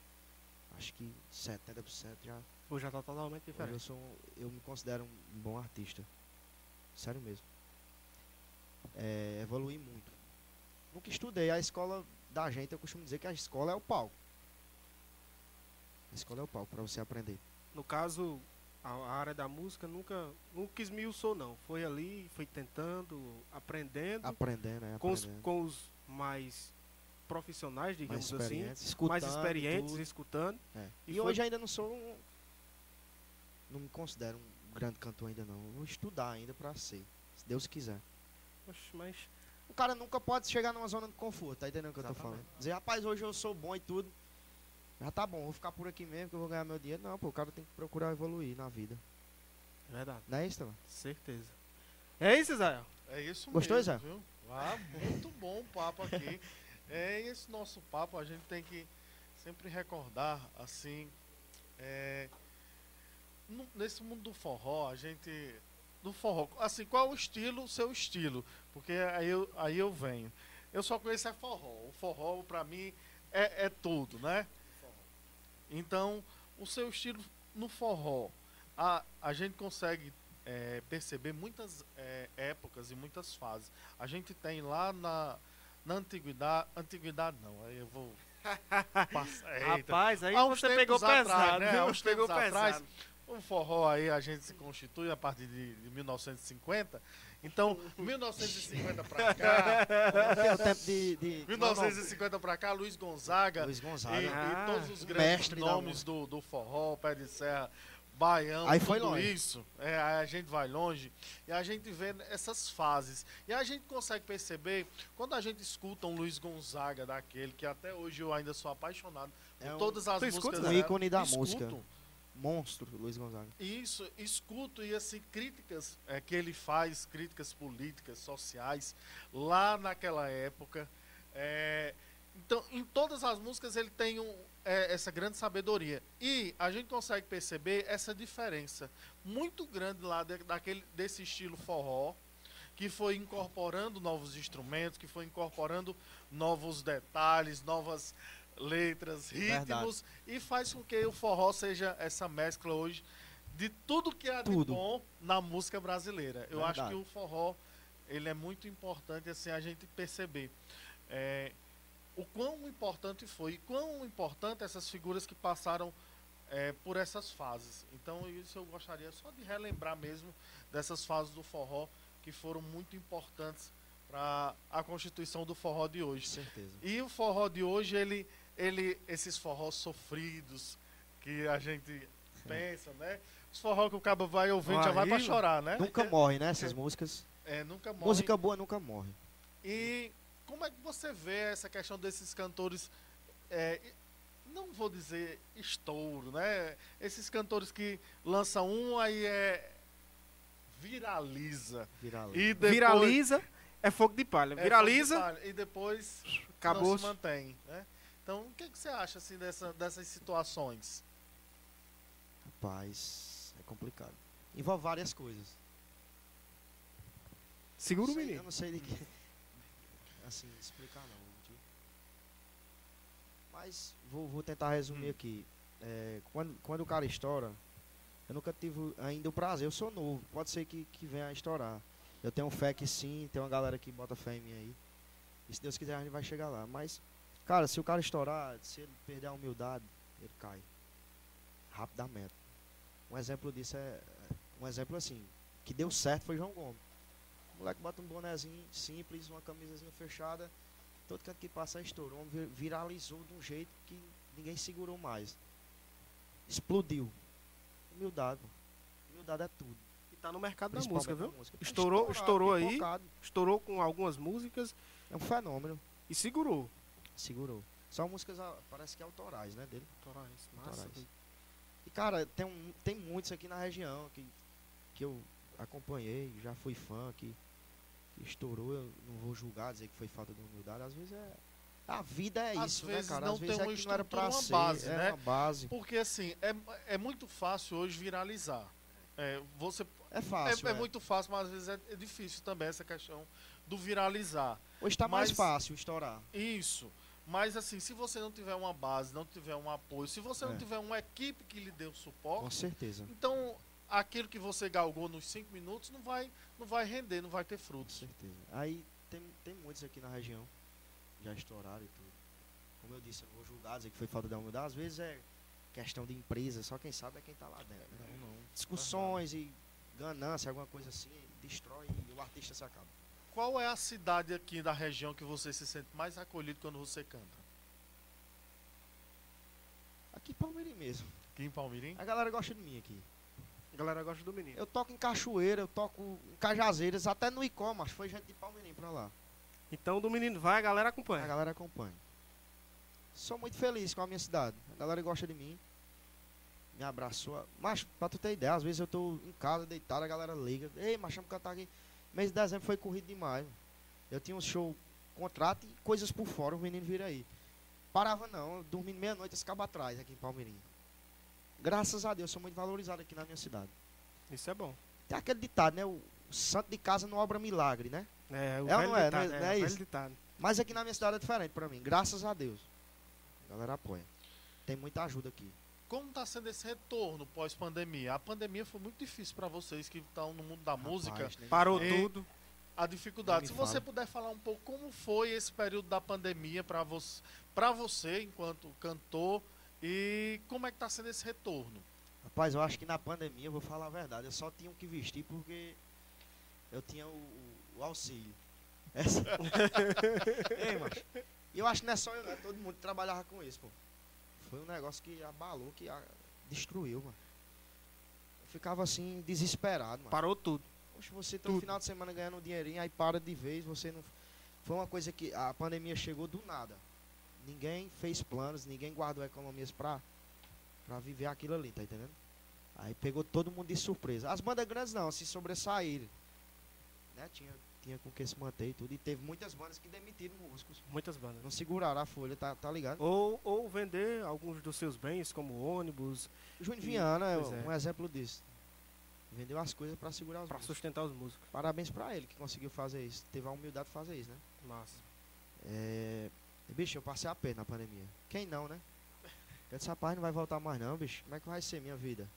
acho que 70% já
Pô, já tá totalmente diferente.
Hoje eu sou, um- eu me considero um bom artista. Sério mesmo. É, evoluí muito. Nunca estudei. A escola da gente, eu costumo dizer que a escola é o palco. A escola é o palco para você aprender.
No caso, a, a área da música nunca, nunca esmiuçou, não. Foi ali, foi tentando, aprendendo,
Aprendendo, né?
com, os,
Aprendendo.
com os mais
mais
profissionais, digamos assim,
experientes, escutando.
mais experientes,
tudo.
escutando.
É.
E
E,
foi-
hoje ainda não sou um. Não me considero um grande cantor ainda não. Eu Vou estudar ainda para ser. Se Deus quiser.
Oxe, Mas
O cara nunca pode chegar numa zona de conforto, tá entendendo o que eu tô
Exatamente.
falando? Dizer, rapaz, hoje eu sou bom e tudo. Já tá bom, vou ficar por aqui mesmo que eu vou ganhar meu dinheiro. Não, pô, o cara tem que procurar evoluir na vida.
é verdade,
Não é isso, mano?
certeza. É isso, Israel?
É isso
Gostou,
mesmo,
Zé?
viu? Ah, muito bom o papo aqui. É esse nosso papo, a gente tem que sempre recordar, assim, é, nu- nesse mundo do forró, a gente... Do forró, assim, qual o estilo, o seu estilo? Porque aí eu, aí eu venho. Eu só conheço é forró. O forró, pra mim, é, é tudo, né? Então, o seu estilo no forró, a, a gente consegue é, perceber muitas é, épocas e muitas fases. A gente tem lá na, na antiguidade, antiguidade não, aí eu vou passar. eita.
Rapaz, aí
Há uns
você
tempos
pegou
atrás,
pesado,
né? Há
viu?
uns
Pegou
tempos atrás,
pesado.
O forró aí a gente se constitui a partir de, de 1950. Então, 1950 pra cá,
Porque é o tempo de. de...
1950 pra cá, Luiz Gonzaga,
Luiz
e,
Gonzaga.
Ah,
e todos os
o
grandes
mestre da
nomes do, do forró, pé de serra, baião,
Aí foi
tudo
longe.
isso. É, aí a gente vai longe e a gente vê essas fases. E a gente consegue perceber, quando a gente escuta um Luiz Gonzaga daquele, que até hoje eu ainda sou apaixonado por
É um-
todas as
Tu
músicas
escuta,
né? Um ícone da
Escuto.
música. monstro, Luiz Gonzaga.
Isso, escuto e assim críticas é, que ele faz, críticas políticas, sociais, lá naquela época. É, então, em todas as músicas ele tem um, é, essa grande sabedoria e a gente consegue perceber essa diferença muito grande lá de- daquele desse estilo forró que foi incorporando novos instrumentos, que foi incorporando novos detalhes, novas letras, ritmos e faz com que o forró seja essa mescla hoje de tudo que há de
Tudo.
bom na música brasileira. Eu acho
Verdade.
que o forró ele é muito importante assim a gente perceber é, o quão importante foi, e quão importante essas figuras que passaram é, por essas fases. Então isso eu gostaria só de relembrar mesmo dessas fases do forró que foram muito importantes para a constituição do forró de hoje.
Com certeza.
E o forró de hoje, ele, ele, esses forrós sofridos que a gente pensa, né? Os forró que o cabo vai ouvindo já vai
Aí,
pra chorar, né?
Nunca morre, né? Essas músicas.
É, nunca morre.
Música boa nunca morre.
E como é que você vê essa questão desses cantores, é, e- não vou dizer estouro, né? Esses cantores que lançam um, aí é... viraliza.
Virar
E depois-
Viraliza, é fogo de palha.
É,
Viraliza,
fala- E depois
acabou.
não se mantém, né? Então, o que, que você acha assim, dessa, dessas situações?
Rapaz, é complicado. Envolve várias coisas.
Segura o
Sei- Eu
menino.
não sei de que. Assim, explicar não. tio. Mas vou, vou tentar resumir
Hum.
aqui. É, quando, quando o cara estoura, eu nunca tive ainda o prazer. Eu sou novo, pode ser que, que venha a estourar. Eu tenho fé que sim, tem uma galera que bota fé em mim aí. E se Deus quiser, a gente vai chegar lá. Mas, cara, se o cara estourar, se ele perder a humildade, ele cai. Rapidamente. Um exemplo disso é. Um exemplo assim, que deu certo foi João Gomes. O moleque bota um bonezinho simples, uma camisazinha fechada. Todo canto que passa estourou. vi- Viralizou de um jeito que ninguém segurou mais. Explodiu. Humildade, pô. Humildade é tudo.
E tá no mercado da
principalmente
música, viu?
na música.
Estourou- estourou aí.
pipocado.
Estourou com algumas músicas
É um fenômeno.
e segurou.
Segurou. Só músicas, ah, parece que autorais, né, dele.
Torais,
massa, doido. E, cara, tem, um, tem muitos aqui na região que, que eu acompanhei, já fui fã, que, que estourou. Eu não vou julgar, dizer que foi falta de humildade. Às vezes é. A vida é
Às
isso,
vezes
né, cara?
não
Às vezes
tem
é
uma
que não era pra
estrutura, uma
ser,
base,
é
né?
uma base.
Porque assim, é, é muito fácil hoje viralizar. É, você,
É
é,
fácil.
é
é.
muito fácil, mas às vezes é, é difícil também essa questão do viralizar.
Hoje tá mais
mas-
fácil estourar.
Isso. Mas assim, se você não tiver uma base, não tiver um apoio, se você não
É.
tiver uma equipe que lhe dê o
Com
suporte,
certeza.
então aquilo que você galgou nos cinco minutos não vai, não vai render, não vai ter
Com
frutos.
certeza. Aí tem, tem muitos aqui na região. Já estouraram e tudo. Como eu disse, eu vou julgar, dizer que foi falta de humildade. Às vezes é questão de empresa, só quem sabe é quem tá lá dentro. né? Discussões e ganância, alguma coisa assim, destrói e o artista se acaba.
Qual é a cidade aqui da região que você se sente mais acolhido quando você canta?
Aqui em Palmeiras mesmo.
Aqui em Palmirim?
A galera gosta de mim aqui.
A galera gosta do menino.
Eu toco em Cachoeira, eu toco em Cajazeiras, até no Icó, mas foi gente de Palmeirim pra lá.
Então, do menino vai, a galera
A
acompanha.
galera acompanha. Sou muito feliz com a minha cidade. A galera gosta de mim. Me abraçou. Mas, pra tu ter ideia, às vezes eu tô em casa, deitado, a galera liga. Ei, mas chama cantar aqui. Mês de dezembro foi corrido demais. mano. Eu tinha um show, contrato e coisas por fora, o menino vira aí. Parava não, eu dormindo meia-noite, esse cabo atrás aqui em Palmeirinho. Graças a Deus, sou muito valorizado aqui na minha cidade.
Isso é bom.
Tem aquele ditado, né? O santo de casa não obra milagre, né?
É, o
É ou
velho
não é?
ditado,
Não é-
é,
não é
o velho
isso?
ditado.
Mas aqui na minha cidade é diferente pra mim, graças a Deus. A galera apoia. Tem muita ajuda aqui.
Como está sendo esse retorno pós-pandemia? A pandemia foi muito difícil para vocês que estão no mundo da música.
Rapaz, né? nem
Parou
E-
tudo.
A dificuldade.
Nem
Se
me
você
fala.
puder falar um pouco como foi esse período da pandemia para você, para você enquanto cantor e como é que está sendo esse retorno?
Rapaz, eu acho que na pandemia, eu vou falar a verdade, eu só tinha o que vestir porque eu tinha o, o- o auxílio. Essa... Ei, macho. E eu acho que não é só eu, não. é Todo mundo que trabalhava com isso, pô. Foi um negócio que abalou, que a- destruiu, mano. Eu ficava assim, desesperado, mano.
Parou tudo.
Poxa, você tá no
Tudo.
final de semana ganhando um dinheirinho, aí para de vez, você não. Foi uma coisa que a pandemia chegou do nada. Ninguém fez planos, ninguém guardou economias pra, pra viver aquilo ali, tá entendendo? Aí pegou todo mundo de surpresa. As bandas grandes não, se sobressaíram. Né? Tinha, tinha com que se manter e tudo. E teve muitas bandas que demitiram músicos.
Muitas bandas.
Não seguraram a folha, tá, tá ligado?
Ou, ou vender alguns dos seus bens, como ônibus,
Júnior
e-
Viana é
pois é.
um exemplo disso. Vendeu as coisas para segurar os
pra
músicos.
sustentar os músicos.
Parabéns para ele que conseguiu fazer isso. Teve a humildade de fazer isso, né?
Massa.
É... Bicho, eu passei a pena na pandemia. Quem não, né? Eu disse, rapaz, não vai voltar mais não, bicho. Como é que vai ser minha vida?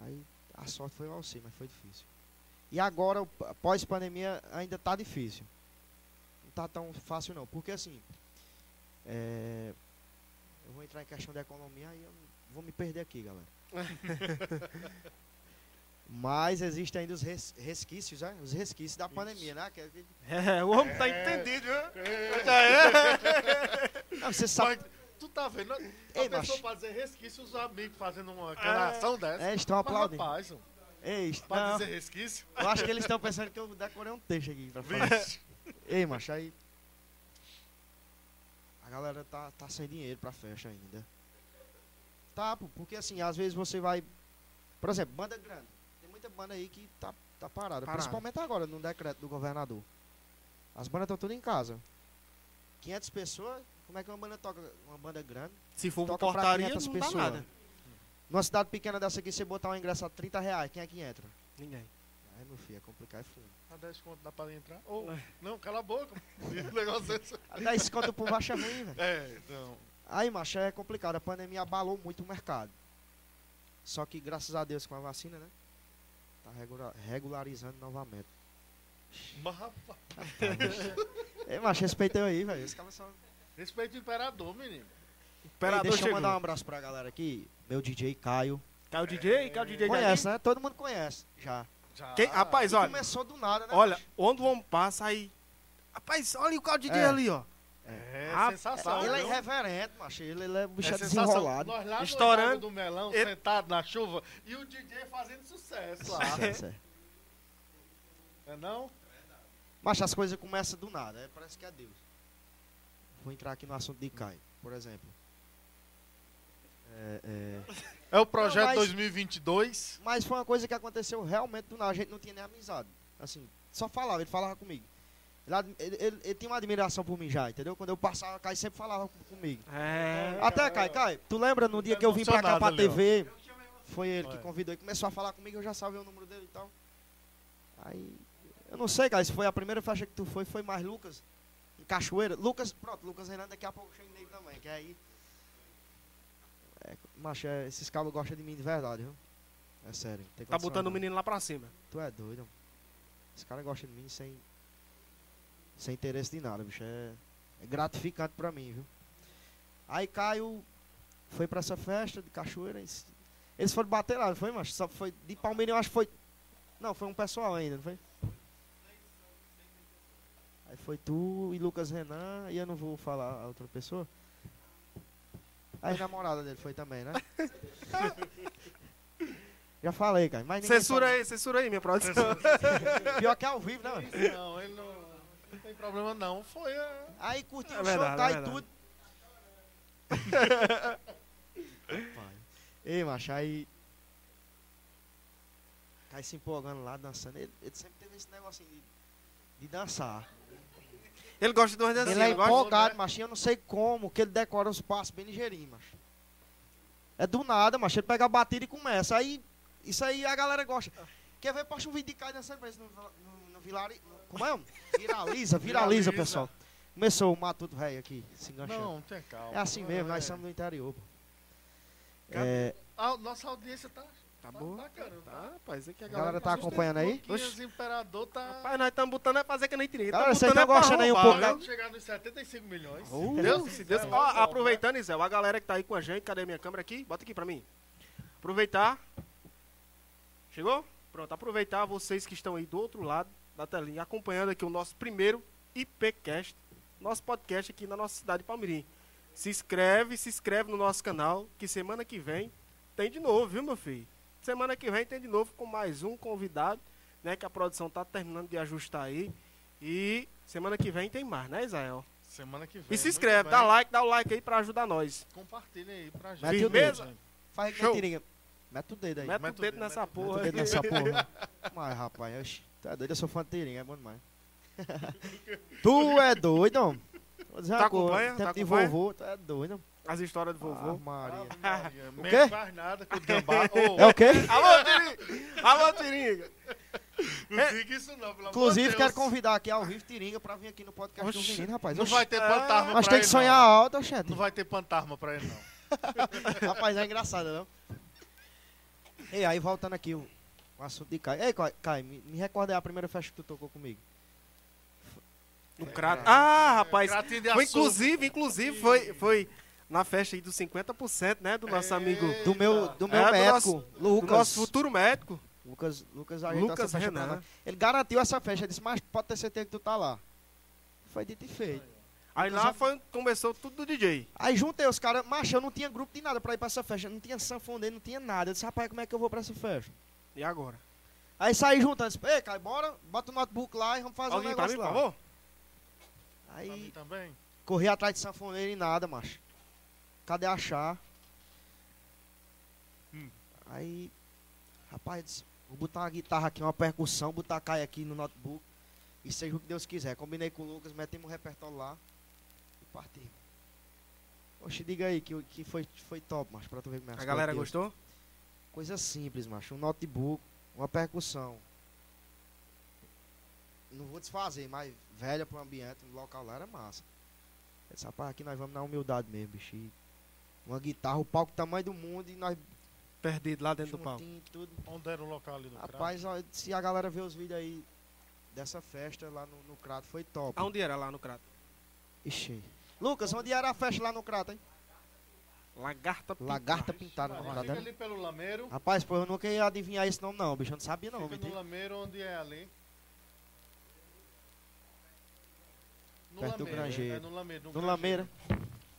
Aí a sorte foi você, mas foi difícil. E agora, o p- pós-pandemia, ainda tá difícil. Não tá tão fácil não. Porque assim, é, eu vou entrar em questão da economia aí eu vou me perder aqui, galera. mas existem ainda os res- resquícios, né? Os resquícios da pandemia, né? Que- que-
É, o homem tá
É.
entendido, né?
É,
Já é.
Não, você sabe
mas tu tá vendo? A
Ei,
pessoa
macho.
fazer resquício, os amigos fazendo uma declaração dessa.
É, estão
Mas,
aplaudindo.
rapaz, mano,
Ei,
pra
não,
dizer resquício,
eu acho que eles estão pensando que eu decorei um texto aqui pra falar.
vixe,
Ei, macho, aí. A galera tá, tá sem dinheiro pra festa ainda. Tá, pô, porque assim, às vezes você vai. Por exemplo, banda é grande. Tem muita banda aí que tá, tá parada.
Parada.
Principalmente agora, no decreto do governador. As bandas estão tudo em casa. 500 pessoas, como é que uma banda toca? Uma banda grande.
Se for
Toca pra
portaria,
500
não dá
pessoas.
nada.
Numa cidade pequena dessa aqui, você botar um ingresso a 30 reais, quem é que entra?
Ninguém.
Aí, meu filho, é complicado e fundo.
a 10 Tá conto dá pra entrar? Ou,
É.
não, cala a boca. O negócio é esse.
Até isso conta pro baixo é ruim, velho.
É, não.
Aí, macho, é complicado. A pandemia abalou muito o mercado. Só que, graças a Deus, com a vacina, né? Tá regula- regularizando novamente.
Mas, rapaz,
Ei, macho, respeita eu aí, velho. Esse cara só...
respeita o imperador, menino.
Ei,
Pera,
deixa
chegou.
eu mandar um abraço pra galera aqui. Meu DJ Caio.
Caiu o DJ, caiu o DJ
Conhece, né? Todo mundo conhece, já.
Já.
Quem, rapaz, olha,
Começou do nada, né?
olha, onde o homem passa aí. Rapaz, olha o carro de DJ
É.
ali, ó.
É,
Ah,
sensação.
Ele é
viu?
irreverente, macho. Ele, ele é um bicho
É sensação.
desenrolado.
Nós lá no
Estourando.
Lago do melão,
Ele-
sentado na chuva, e o DJ fazendo sucesso lá.
é,
Certo, certo.
Não é não?
Mas as coisas começam do nada, é, parece que é Deus. Vou entrar aqui no assunto de Caio, por exemplo. É, é,
É o
projeto
projeto
Não, mas-
2022.
Mas foi uma coisa que aconteceu realmente do nada, a gente não tinha nem amizade. Assim, só falava, ele falava comigo. Ele, admi- ele, ele- ele tinha uma admiração por mim já, entendeu? Quando eu passava, Caio sempre falava com- comigo.
É.
Até, Caio, Caio, tu lembra no dia
Tá
que eu vim pra cá pra
emocionado,
TV? Foi ele que
Foi.
convidou e começou a falar comigo, eu já sabia o número dele e tal. Aí, eu não sei, Caio, se foi a primeira festa que tu foi, foi mais Lucas, em Cachoeira. Lucas, pronto, Lucas Renan, daqui a pouco eu chego nele também, que aí... É, macho, é, esses cabos gostam de mim de verdade, viu? É sério. não tem
Tá
condição
botando
não.
o menino lá pra cima.
Tu é doido, mano. Esse cara gosta de mim sem. Sem interesse de nada, bicho. É, é gratificante pra mim, viu? Aí Caio foi pra essa festa de cachoeira. Eles, eles foram bater lá, não foi, macho? Só foi de Palmeiras, eu acho que foi. Não, foi um pessoal ainda, não foi? Aí foi tu e Lucas Renan, e eu não vou falar a outra pessoa. Aí a namorada dele foi também, né? Já falei, cara. Mas ninguém
Censura
sabe.
aí, censura aí, minha produção.
Pior que é ao vivo, né? mano?
Não, ele não, não tem problema não. Foi a...
Aí curtiu
É
o
verdade,
show,
é
cai
verdade.
tudo. Pai. Ei, macho, aí. Cai se empolgando lá, dançando. Ele, ele sempre teve esse negocinho de, de dançar.
Ele gosta de umas
Ele
dancinhas,
é
ele gosta.
empolgado, macho. e Eu não sei como que ele decora os passos bem ligeirinho, macho. É do nada, macho. Ele pega a batida e começa. Aí, isso aí a galera gosta. Quer ver? Posta um vídeo de Caio dançando pra isso no, no, no Vilari- no- Como é? Viraliza, viraliza,
Viraliza.
pessoal. Começou o Matuto Rei aqui, se enganchando.
Não, tem calma.
Tá É assim mesmo, nós
É.
somos do interior. pô.
Cara,
É,
A nossa audiência tá...
Tá bom.
Tá, caramba.
Tá, rapaz, é que a
a
galera.
galera tá acompanhando aí?
Luquinhas Imperador tá...
Rapaz, nós estamos botando é fazer que nem direito.
Galera,
Tamo
vocês
botando
tão
é pra
gostando aí um
roubar,
pouco, né?
viu?
Vamos chegar nos 75 milhões.
Oh, Deus, se Deus. Ó, aproveitando, Isel, a galera que tá aí com a gente, cadê minha câmera aqui? Bota aqui pra mim. Aproveitar. Chegou? Pronto, aproveitar vocês que estão aí do outro lado da telinha, acompanhando aqui o nosso primeiro IPcast, nosso podcast aqui na nossa cidade de Palmirim. Se inscreve, se inscreve no nosso canal, que semana que vem tem de novo, viu, meu filho? Semana que vem tem de novo com mais um convidado, né, que a produção tá terminando de ajustar aí. E semana que vem tem mais, né, Israel?
Semana que vem.
E se
muito
inscreve, tá
bem.
dá like, dá o like aí pra ajudar nós.
Compartilha aí pra gente.
Mete o dedo.
Firmeza?
Faz que
Show.
nem tiringa. Mete o dedo aí.
Mete o
mete o
dedo
dedo,
nessa
mete o
Mete
porra.
o
aí.
dedo nessa porra. Mas, rapaz, oxe, tá doido, eu sou fã de Teirinha, é bom demais. tu é doido, homem. Vou dizer
Tá
uma coisa,
acompanha?
tempo
Tá
de
acompanha? Ah,
vovô, tu é doido.
As histórias do
Vovô.
vovô.
Maria.
Ave Maria,
quê?
menos faz nada com o gambá. Ô,
É o quê?
Alô, Tiringa! Alô, Tiringa!
Não diga isso não, pelo amor de
Inclusive,
Deus.
quero convidar aqui ao vivo Tiringa pra vir aqui no podcast
Oxi.
do menino, rapaz.
Não
Oxi.
vai ter
Mas
pantarma pra
tem
ele,
que sonhar
não.
alto, gente.
Não vai ter pantarma pra ele, não.
Rapaz, é engraçado, não? Ei, aí voltando aqui o, o assunto de Caio. Ei, Ca- Caio, me, me recorda aí a primeira festa que tu tocou comigo.
No crato. Ah, rapaz.
Cratinho de
Foi,
açúcar.
inclusive, inclusive, foi, foi na festa aí dos 50%, né? Do nosso amigo.
Do meu,
Eita.
do meu
É, do
médico,
Do
Lucas.
nosso futuro médico.
Lucas, Lucas ajeitou
Lucas
essa festa pra
Renan. né?
nós. Ele garantiu essa festa, ele disse, mas pode ter certeza que tu tá lá. Foi dito e feito.
Aí lá foi, começou tudo do DJ.
Aí juntei os caras, macho, eu não tinha grupo de nada pra ir pra essa festa. Não tinha sanfoneiro, não tinha nada. Eu disse, rapaz, como é que eu vou pra essa festa?
E agora?
Aí saí juntando, disse, ei, Caio, bora, bota o notebook lá e vamos fazer
Alguém tá
um
pra
negócio
mim, por
lá.
favor?
Pra mim
Aí
também.
corri atrás de sanfoneiro e nada, macho. Cadê achar?
Hum.
Aí, rapaz, eu disse, vou botar uma guitarra aqui, uma percussão, botar Caio aqui no notebook. E seja o que Deus quiser. Combinei com o Lucas, metemos um repertório lá e partimos. Oxe, diga aí que, que foi, foi top, macho, pra tu ver como é as
A galera
coisas.
gostou?
Coisa simples, macho. Um notebook, uma percussão. Não vou desfazer, mas velha pro ambiente, no local lá era massa. Essa parte aqui nós vamos na humildade mesmo, bicho. E Uma guitarra, o palco tamanho do mundo e nós
Perdido lá dentro do palco.
juntinho, tudo.
Onde era o local ali do
Rapaz, ó, se a galera ver os vídeos aí dessa festa lá no, no Crato, foi top.
Aonde era lá no crato?
Ixi. Lucas, onde era a festa lá no Crato, hein?
Lagarta Pintada.
Lagarta Pintada
Crato?
no
Vai,
Crato, né?
Fica ali pelo Lameiro.
Rapaz, pô, eu nunca ia adivinhar esse nome não, bicho. Eu não sabia não,
Fica no
entende?
Lameiro, onde é ali? No
Perto do
Lameiro,
Grangeiro.
É no Lameiro.
No Lameira.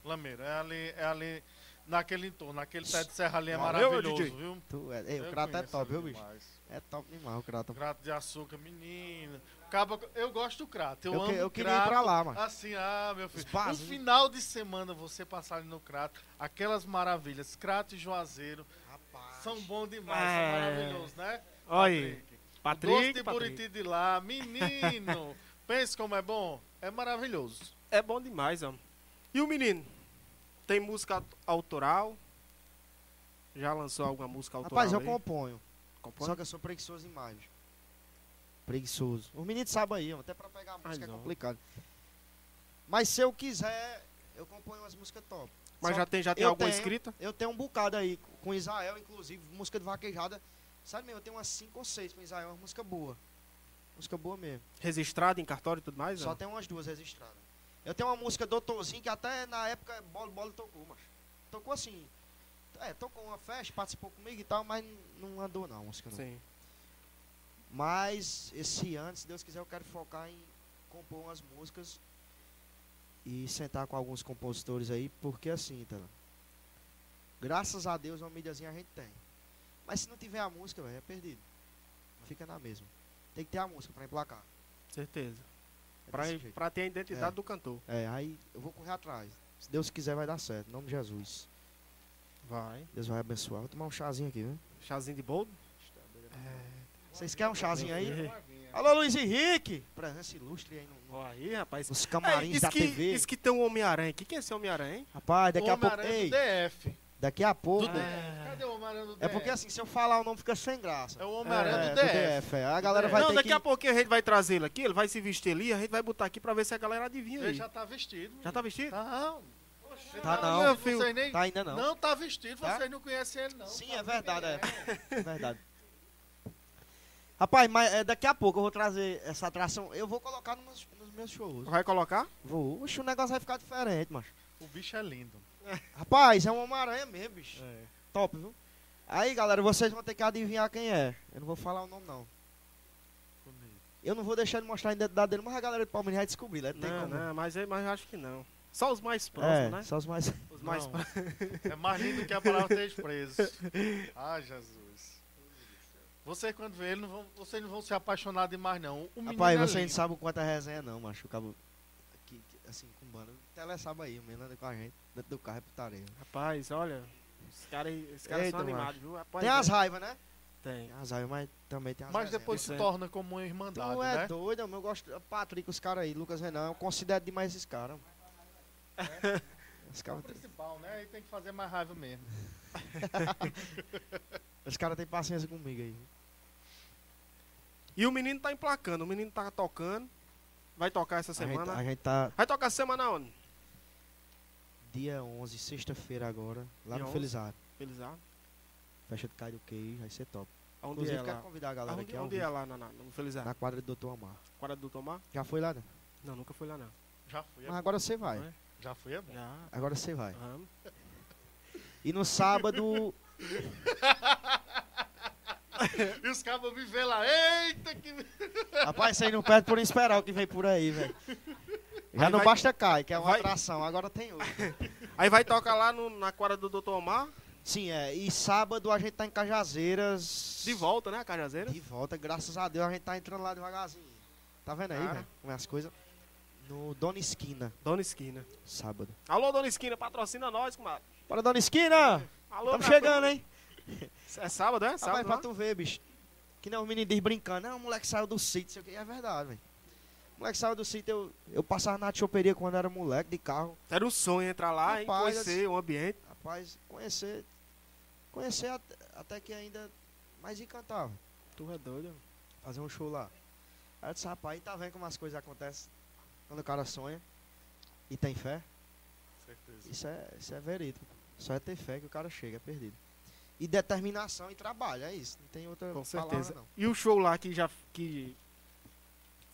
Lameiro, é ali, é ali naquele entorno, naquele pé de serra ali é
Valeu,
maravilhoso,
DJ.
viu?
Tu é, ei, o
Eu
Crato é
conheço um
top, viu,
ali
bicho?
demais.
É top demais o Crato.
Crato de açúcar, menina. Caba, eu gosto do crato. Eu,
Eu,
amo
que- eu
o
queria ir
crato.
pra lá, mano.
Assim, ah, meu filho.
Os barzinhos.
Um final de semana você passar ali no Crato, aquelas maravilhas, Crato e Juazeiro,
Rapaz.
são bom demais,
É.
são maravilhosos, né?
Olha aí.
Doce
Patrick,
de
Patrick.
Buriti de lá, menino. Pense como é bom, é maravilhoso.
É bom demais, ó. E o menino? Tem música aut- autoral? Já lançou alguma música autoral?
Rapaz, eu
aí?
componho.
Compõe?
Só que eu sou preguiçoso demais. bicho. Preguiçoso. Os meninos sabem aí, ó, até pra pegar a música é
não.
complicado. Mas se eu quiser, eu componho umas músicas top.
Mas
Só
já tem, já tem
eu
alguma
tenho.
escrita?
Eu tenho um bocado aí com Israel, inclusive, música de vaquejada. Sabe mesmo, eu tenho umas 5 ou 6 com Israel, é uma música boa. Música boa mesmo.
Registrada em cartório e tudo mais? é?
Só
ó?
tem umas duas registradas. Eu tenho uma música Doutorzinho que até na época Bolo Bolo tocou, mas tocou assim. É, tocou uma festa, participou comigo e tal, mas não andou não a música não.
Sim.
Mas esse ano, se Deus quiser, eu quero focar em compor umas músicas e sentar com alguns compositores aí, porque assim, tá? Graças a Deus uma mídiazinha a gente tem. Mas se não tiver a música, velho, é perdido. Fica na mesma. Tem que ter a música pra emplacar.
Certeza.
É
Pra,
desse jeito.
pra ter a identidade
É.
do cantor.
É, aí eu vou correr atrás. Se Deus quiser, vai dar certo. Em nome de Jesus.
Vai.
Deus vai abençoar. Vou tomar um chazinho aqui, viu?
Chazinho de boldo?
Vocês querem um chazinho aí?
É.
Alô, Luiz Henrique! Presença ilustre aí no- no-
Ó, aí, rapaz.
nos
Ei,
camarins
É, diz
da
que,
TV.
Diz que tem um Homem-Aranha aqui. Quem é esse Homem-Aranha, hein?
Rapaz,
O
daqui a pouco.
Homem-Aranha
Ei,
do DF.
daqui a pouco.
Do DF. Cadê o Homem-Aranha do DF?
É porque assim, se eu falar o nome fica sem graça.
É o Homem-Aranha
É,
do DF.
é. A galera vai
Não,
ter
daqui
que...
a pouquinho a gente vai trazê-lo aqui. Ele vai se vestir ali. A gente vai botar aqui pra ver se a galera adivinha
Ele
aí.
já
Já,
tá vestido.
tá vestido?
Não.
Tá não.
Meu filho, vocês nem-
Tá ainda
Não.
não.
tá vestido,
Tá?
vocês não conhecem ele, não.
Sim,
Tá
é verdade,
vendo?
é verdade. Rapaz, mas é, daqui a pouco eu vou trazer essa atração. Eu vou colocar nos meus, nos meus shows.
Vai colocar?
Vou. Oxe, o negócio vai ficar diferente, macho.
O bicho é lindo.
Rapaz, é um Homem-Aranha mesmo, bicho.
É.
Top, viu? Aí, galera, vocês vão ter que adivinhar quem é. Eu não vou falar o nome, não.
Bonito.
Eu não vou deixar ele mostrar a identidade dele, mas a galera do Palmeiras vai descobrir, né? Não tem
não,
como.
não, mas, eu- mas eu acho que não. Só os mais
é,
próximos, né?
só os mais...
Os mais
Não. É mais lindo que a palavra três presos. Ah, Jesus. Vocês quando vê ele, não vão, vocês não vão se apaixonar demais, não. O menino
Rapaz,
é
vocês não
lindo.
sabem o quanto é resenha, não, macho. O cabo... Aqui, que- assim, com banda. Tele sabe aí, o menino anda com a gente. Dentro do carro é putaria.
Rapaz, olha, Os caras os caras
Eita,
são animados,
macho.
viu? Rapaz,
tem
é-
as raivas, né?
Tem.
Tem as raivas, mas também tem as
Mas
resenhas.
depois se
né?
torna como uma irmandade,
Tu é
né?
doido, meu, eu gosto. Patrick, os caras aí, Lucas Renan, eu considero demais esses caras. mano. Os
É o
caras
principal, né? Aí tem que fazer mais raiva mesmo.
os cara têm paciência comigo aí.
E o menino tá emplacando, o menino tá tocando. Vai tocar essa
A gente,
semana.
a gente tá
Vai tocar semana onde?
dia 11, sexta-feira agora, lá
Dia
no
11?
Felizardo.
Felizardo.
Fecha do Caio do Queijo, vai ser top.
Onde
Inclusive,
é
quero
lá?
convidar a galera
Onde,
aqui ao
onde é
vivo,
lá na, na, no Felizardo?
na quadra do Dr. Amar.
Quadra do Tomar?
Já foi lá, né?
Não, nunca fui lá não.
Já fui, é
Mas agora você vai.
Vai.
bom. já fui, é bom.
Já.
Agora você vai.
Vamos.
E no sábado,
E os cabos me vê lá, eita que...
rapaz, você não perde por esperar o que vem por aí, velho. Já
Aí
não
vai-
basta Caio, que é uma
vai-
atração, agora tem outro.
Aí vai tocar lá no- na quadra do Dr. Omar,
Sim, é. E sábado a gente tá em Cajazeiras.
de volta, né, a Cajazeira?
De volta, graças a Deus a gente tá entrando lá devagarzinho. Tá vendo aí,
Ah.
velho? Como é as coisas? No Dona Esquina,
Dona Esquina.
sábado.
Alô, Dona Esquina, patrocina nós, comadre.
Bora, Dona Esquina!
Alô,
Estamos
minha-
chegando, hein?
É sábado, é?
Rapaz,
Sábado,
pra
lá?
tu ver, bicho. Que nem os meninos diz brincando. Não, o moleque saiu do sítio, sei o que. É verdade, velho. O moleque saiu do sítio, eu, eu passava na choperia quando era moleque, de carro.
Era um sonho entrar lá, hein,
Rapaz,
conhecer o ambiente.
Rapaz, conhecer... Conhecer at- até que ainda mais encantava.
Tu é doido.
fazer um show lá. Aí eu disse, rapaz, tá vendo como as coisas acontecem quando o cara sonha e tem fé?
Certeza.
Isso é, isso é verídico. Só é ter fé que o cara chega, é perdido. E determinação e trabalho, é isso. Não tem outra
Com
palavra,
certeza.
não.
E o show lá que já que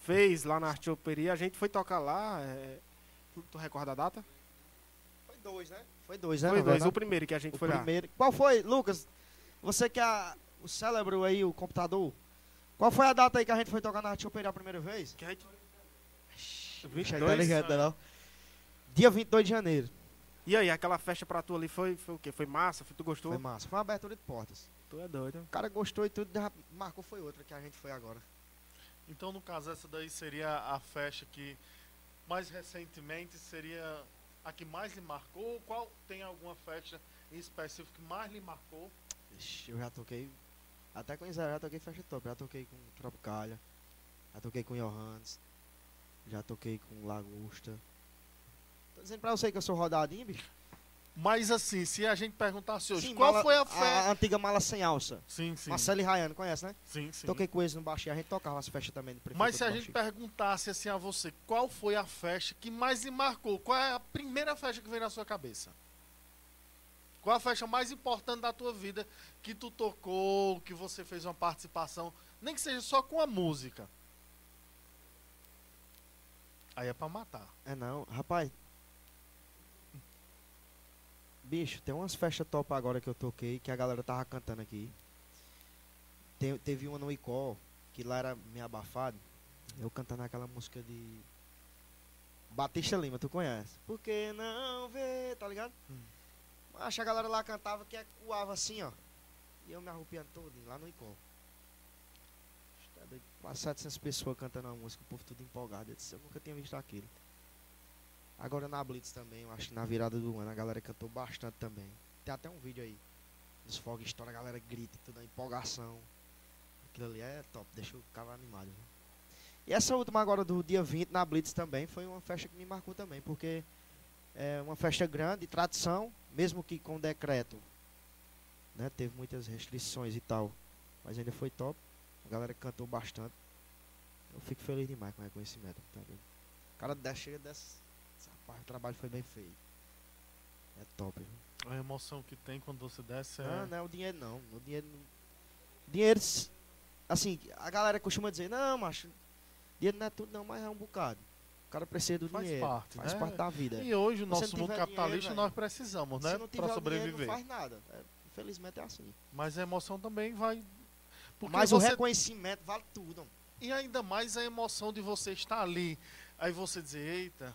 fez lá na Arteoperia, a gente foi tocar lá. É... tu- Tu recorda a data?
Foi dois, né? Foi dois, né?
foi
na
dois. O
verdade?
primeiro que a gente
O
foi
primeiro. Qual foi, Lucas? Você que é a- o cérebro aí, o computador. Qual foi a data aí que a gente foi tocar na Arte Operar a primeira vez?
lá. Que a gente...
Ixi, aí
22?
ligado, não. Dia 22 de janeiro.
E aí, aquela festa pra tu ali foi, foi o quê? Foi massa? Foi, tu gostou?
Foi massa. Foi uma abertura de portas.
Tu é doido.
O cara gostou e tudo, já marcou foi outra que a gente foi agora.
Então, no caso, essa daí seria a festa que mais recentemente seria a que mais lhe marcou? Qual tem alguma festa em específico que mais lhe marcou?
Ixi, eu já toquei, até com Israel, já toquei faixa top, já toquei com Tropicalha, já toquei com Johannes, já toquei com Lagosta. Tô dizendo pra você que eu sou rodadinho, bicho?
Mas assim, se a gente perguntasse hoje,
Sim,
qual
mala-
foi a festa?
A antiga mala sem alça.
Sim, sim.
Marcelo e Rayane, conhece, né?
Sim, sim.
Toquei com eles no Baxi, a gente tocava as festas também. do Prefeitura
Mas se a
do
gente
Baxi.
perguntasse assim a você, qual foi a festa que mais lhe marcou? Qual é a primeira festa que vem na sua cabeça? Qual a festa mais importante da tua vida que tu tocou, que você fez uma participação, nem que seja só com a música? Aí é pra matar.
É não, rapaz. Bicho, tem umas festas top agora que eu toquei, que a galera tava cantando aqui. Te- teve uma no Icó, que lá era meio abafado. Eu cantando aquela música de. Batista Lima, tu conhece? Por que não vê, tá ligado?
Hum.
Mas a galera lá cantava que coava assim, ó. E eu me arrupiando todo lá no Icó. Tá doido. Quase 700 pessoas cantando a música, o povo tudo empolgado. Eu disse, eu nunca tinha visto aquilo. Agora na Blitz também, eu acho que na virada do ano a galera cantou bastante também. Tem até um vídeo aí dos fogos estoura, a galera grita, e tudo, a empolgação. Aquilo ali é top, deixa o cara animado. viu? E essa última agora do dia 20 na Blitz também foi uma festa que me marcou também, porque é uma festa grande, tradição, mesmo que com decreto. Né, teve muitas restrições e tal, mas ainda foi top. A galera cantou bastante. Eu fico feliz demais com o reconhecimento. Tá ligado? o cara desce, chega dessa. Rapaz, o trabalho foi bem feito. É top. Viu?
A emoção que tem quando você desce é.
Não, não é o dinheiro não. O dinheiro. não- Dinheiro. s- Assim, a galera costuma dizer, não, macho, dinheiro não é tudo não, mas é um bocado. O cara precisa do
Faz
dinheiro.
parte,
faz
né?
parte da vida.
E hoje, o
não
nosso
tiver
mundo
dinheiro,
capitalista,
velho,
nós precisamos, né?
Se não tiver
Pra
o dinheiro,
sobreviver.
não faz nada. É, infelizmente é assim.
Mas a emoção também vai. Porque
mas o
você
reconhecimento vale tudo. mano.
E ainda mais a emoção de você estar ali. Aí você dizer, eita,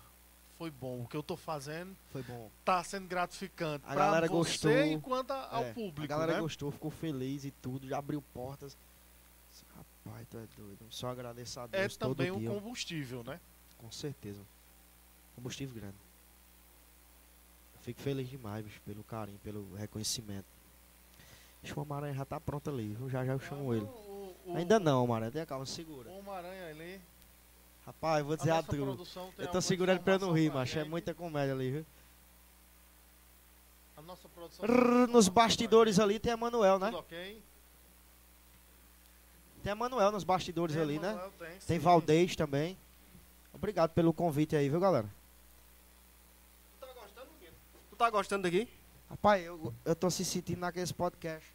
foi bom. O que eu tô fazendo
Foi bom.
tá sendo gratificante.
A
pra
galera
você
gostou.
enquanto a- ao
É,
público,
A galera
né?
gostou, ficou feliz e tudo, já abriu portas. Rapaz, tu é doido. Só agradeço a
É
Deus todo
também um
dia.
combustível, né?
Com certeza. Combustível grande. Fico feliz demais, bicho, pelo carinho, pelo reconhecimento. Acho que o Homem-Aranha já tá pronto ali, viu? Já já eu chamo ele.
O, o,
Ainda não, Homem-Aranha, tenha calma, segura.
O Maranha ali.
Rapaz, eu vou dizer a,
nossa
tu.
produção tem
Eu tô
alguma
segurando pra eu não
informação
rir,
pra
macho. É
gente.
muita comédia ali, viu?
A nossa produção. tem alguma
Rrr, Nos
informação pra
bastidores
gente.
ali tem a Manuel, né?
Tudo ok?
Tem a Manuel nos bastidores
Tem
ali, né?
Manuel, Tem,
Tem
sim.
Valdez também. Obrigado pelo convite aí, viu, galera?
Tu tá gostando do quê?
Tu tá gostando daqui?
Rapaz, eu, eu tô se sentindo naqueles podcast.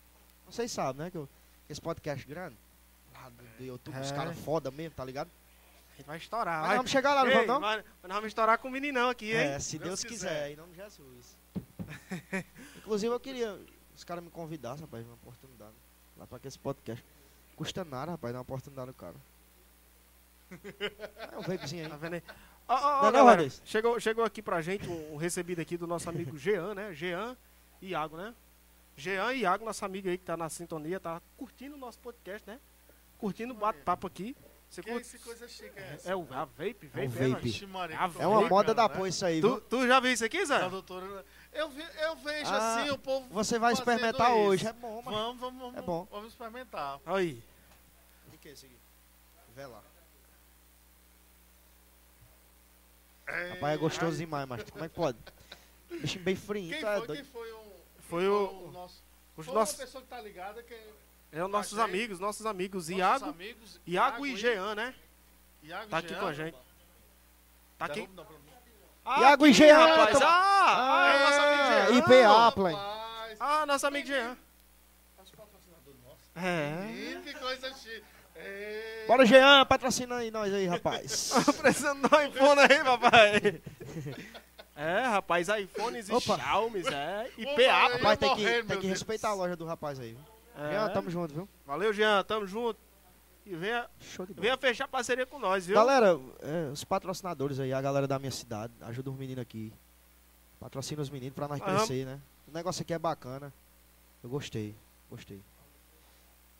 Vocês sabem, né? Que eu, esse podcast grande. Lá do, do YouTube, os
É.
caras foda mesmo, tá ligado?
A gente vai estourar.
Mas
vai.
nós vamos chegar lá, não
Ei,
vamos não?
mas- mas nós vamos estourar com o meninão aqui, hein?
É, se
Deus
Deus
quiser.
quiser, em nome de Jesus. Inclusive, eu queria os caras me convidassem, rapaz, uma oportunidade. Lá pra que esse podcast. Custa nada, rapaz, dar uma oportunidade no cara. É um vapezinho
Tá
aí.
vendo aí? Ó, ó, ó,
Não é não,
galera,
Valdez?
chegou, chegou aqui pra gente um, um recebido aqui do nosso amigo Jean, né? Jean e Iago, né? Jean e Iago, nosso amigo aí que tá na sintonia, tá curtindo o nosso podcast, né? Curtindo o bate-papo aqui. Você
Que
curte?
isso, coisa chique é essa?
É o a vape, vape.
É um
é,
vape.
mas-
Vixe, Maria,
É
que
É uma
Ei,
bacana,
moda da
né?
porra isso aí,
Tu,
viu?
tu já viu isso aqui, Zé?
Da Tá, doutora. Eu, ve- eu vejo
Ah,
assim o povo.
Você vai
fazendo
experimentar
isso.
hoje, é bom, mano.
Vamos, vamos, vamos.
É bom.
Vamos experimentar.
Aí.
O que é isso aqui? Vê lá. Rapaz, é gostoso demais, mas como é que pode? Bicho bem frio,
Quem
tá
foi,
doido.
quem foi o. quem
Foi o-
nosso.
Os
foi
nossos,
uma pessoa que tá ligada, que é
é os nossos
Achei.
amigos, nossos amigos.
nossos
Iago,
amigos.
Iago e Jean, né?
Iago
Tá
e
aqui
Jean.
com a gente. Tá aqui.
Derruba, não, pelo amor de
Ah,
Iago e
aqui,
Jean,
rapaz.
tamo-
Ah, ah, é o nosso
Ah,
amigo Jean.
IPA. Ah,
Deus.
Play.
Tá Rapaz, Tá
Ah, nosso amigo Jean.
os patrocinadores nossos.
É.
Ih, que coisa chique. Ei,
Bora, Jean, patrocina aí nós aí, rapaz.
Tá Precisando do iPhone aí, papai. É, rapaz, iPhones e
Opa.
Xiaomis, é.
Opa,
IPA.
Rapaz, tem
morrer,
que,
meu
tem que
Deus.
respeitar a loja do rapaz aí, viu? Jean,
É.
tamo junto, viu?
Valeu, Jean, tamo junto. E venha,
Show de bola.
venha fechar parceria com nós, viu?
Galera, é, os patrocinadores aí, a galera da minha cidade, ajuda os meninos aqui. Patrocina os meninos pra nós
Ah,
Aham.
crescer, né? O negócio aqui é bacana. Eu gostei, gostei.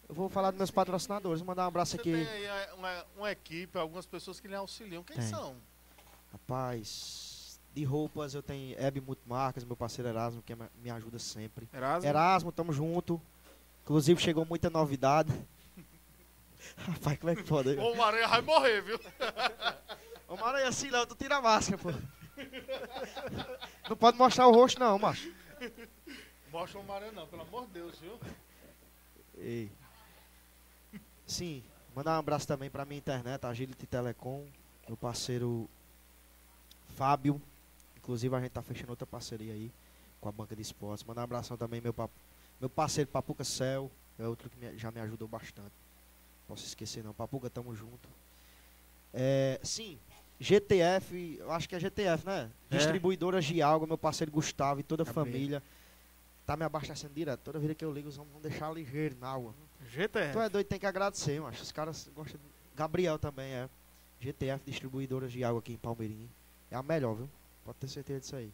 Eu vou falar dos meus patrocinadores, mandar um abraço
Você
aqui.
tem aí é, uma, uma equipe, algumas pessoas que lhe auxiliam. Quem
Tem.
são?
Rapaz, de roupas eu tenho Hebe Multimarcas, meu parceiro Erasmo, que é me me ajuda sempre.
Erasmo.
Erasmo, tamo junto. Inclusive chegou muita novidade. Rapaz, como é que pode?
Ô, o Aranha vai morrer, viu?
Ô, Maranhão, assim não, tu tira a máscara, pô. Não pode mostrar o rosto, não, macho.
Mostra o Maranhão, não, pelo amor de Deus, viu?
Ei. Sim, mandar um abraço também pra minha internet, Agility Telecom, meu parceiro Fábio. Inclusive, a gente tá fechando outra parceria aí com a banca de esportes. Mandar um abração também, meu, pa- meu parceiro Papuca Cel, é outro que me- já me ajudou bastante. Posso esquecer, não. Papuca, tamo junto. É, sim, GTF, eu acho que é GTF, né?
É.
Distribuidora Gialgo, meu parceiro Gustavo e toda a
Tá bem.
família. Tá me abastecendo direto. Toda vez que eu ligo, os homens vão deixar ligeiro na água. Tu
GTR.
é doido, tem que agradecer, macho. Os caras gostam. de- Gabriel também é. GTF distribuidora de água aqui em Palmeirinho. É a melhor, viu? Pode ter certeza disso aí.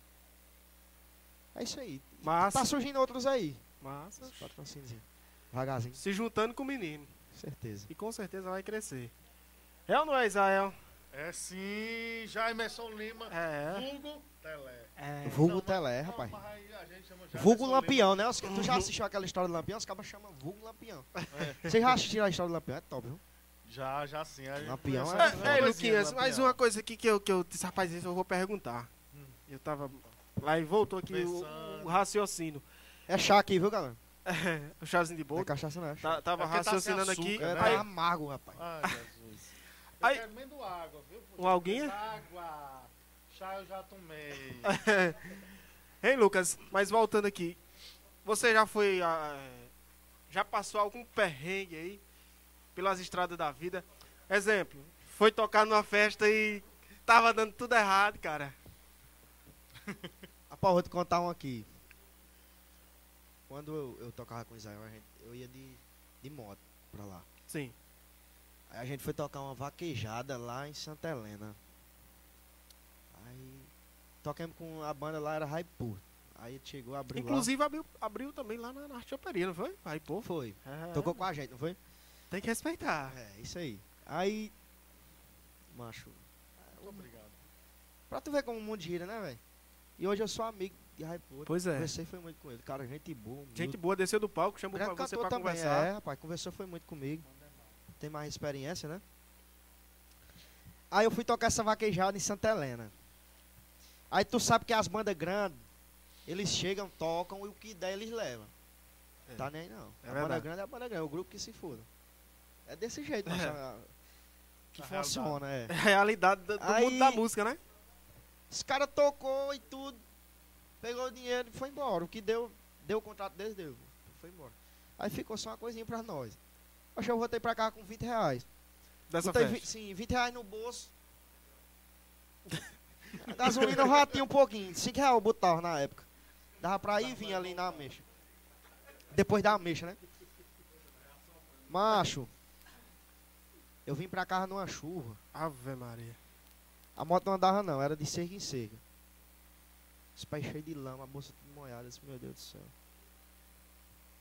É isso aí. Tá
Assim-
Massa.
surgindo outros aí.
Massa.
Esses patrocínios aí. Devagarzinho,
Se juntando com o menino.
com certeza.
E com certeza vai crescer. É ou não é, Israel?
É sim, Jamerson Lima,
É.
vulgo Telé.
é.
Vulgo
Não, mas-
Telé,
não,
né? rapaz.
mas aí a gente chama
Vulgo
Jamerson Lima.
Lampião, né? Os- Tu já assistiu aquela história do Lampião? Os caras chamam Vulgo Lampião.
É.
Vocês já assistiram a história do Lampião? É top, viu?
Já, já sim. a gente
Lampião
conhece
é-
uma
Uma
É, é
coisinha,
Luquinhas,
Lampião.
mais uma coisa aqui que eu, que eu disse, rapaz, isso eu vou perguntar.
Hum.
Eu tava lá e voltou aqui o,
Pensando.
o raciocínio.
É chá aqui, viu, galera?
o chazinho de
Não é
boca.
cachaça, não. É, chá.
tá- tava
É porque tá sem
raciocinando aqui.
É,
açúcar, né?
tá
aí,
amargo, rapaz.
Ah.
Ai, Ah, Jesus. Eu
Aí-
quero menos água, viu?
Um alguinho?
Água. Chá eu já tomei.
Hein, Lucas? Mas voltando aqui. Você já foi. ah, já passou algum perrengue aí pelas estradas da vida? Exemplo, foi tocar numa festa e tava dando tudo errado, cara.
Rapaz, eu vou te contar um aqui. Quando eu, eu tocava com o Israel, a gente- eu ia de, de moto pra lá.
Sim.
Aí a gente foi tocar uma vaquejada lá em Santa Helena. Aí tocamos com a banda lá, era Raipur. Aí chegou, abriu
Inclusive abriu, abriu também lá na, na Arte Choperia, não foi? Aí, pô,
lá. Foi.
Ah,
é, Ah.
Tocou com a gente, não foi?
tem que respeitar.
É, isso aí. Aí, macho,
Muito obrigado.
pra tu ver como o mundo gira, né, velho? E hoje eu sou amigo e hypou.
Pois é.
Conversei foi muito com ele. Cara, gente boa. humilde.
Gente boa desceu do palco, chamou
Grande
pra você
cantor
pra
também,
conversar.
É, rapaz, conversou foi muito comigo. Tem mais experiência, né? Aí eu fui tocar essa vaquejada em Santa Helena. Aí tu sabe que as bandas grandes, eles chegam, tocam e o que der eles levam.
É.
Tá nem aí não.
É
a banda
verdade.
grande é a banda grande, é o grupo que se foda. É desse jeito, nossa, que
A
funciona, é.
É a realidade do, do
Aí-
mundo da música, né?
Esse cara tocou e tudo. Pegou o dinheiro e foi embora. O que deu, deu o contrato deles, deu. Foi embora. Aí ficou só uma coisinha pra nós. Acho que eu voltei pra cá com 20 reais.
Dessa
Botei
festa.
vi- sim, 20 reais no bolso. A gasolina eu já tinha um pouquinho. 5 reais eu botava na época. Dava pra ir e vir ali na ameixa. Depois da ameixa, né? Macho, eu vim pra casa numa chuva.
Ave Maria.
A moto não andava não, era de cerca em cerca. Os pés cheios de lama, a bolsa tudo molhada, eu disse, meu Deus do céu.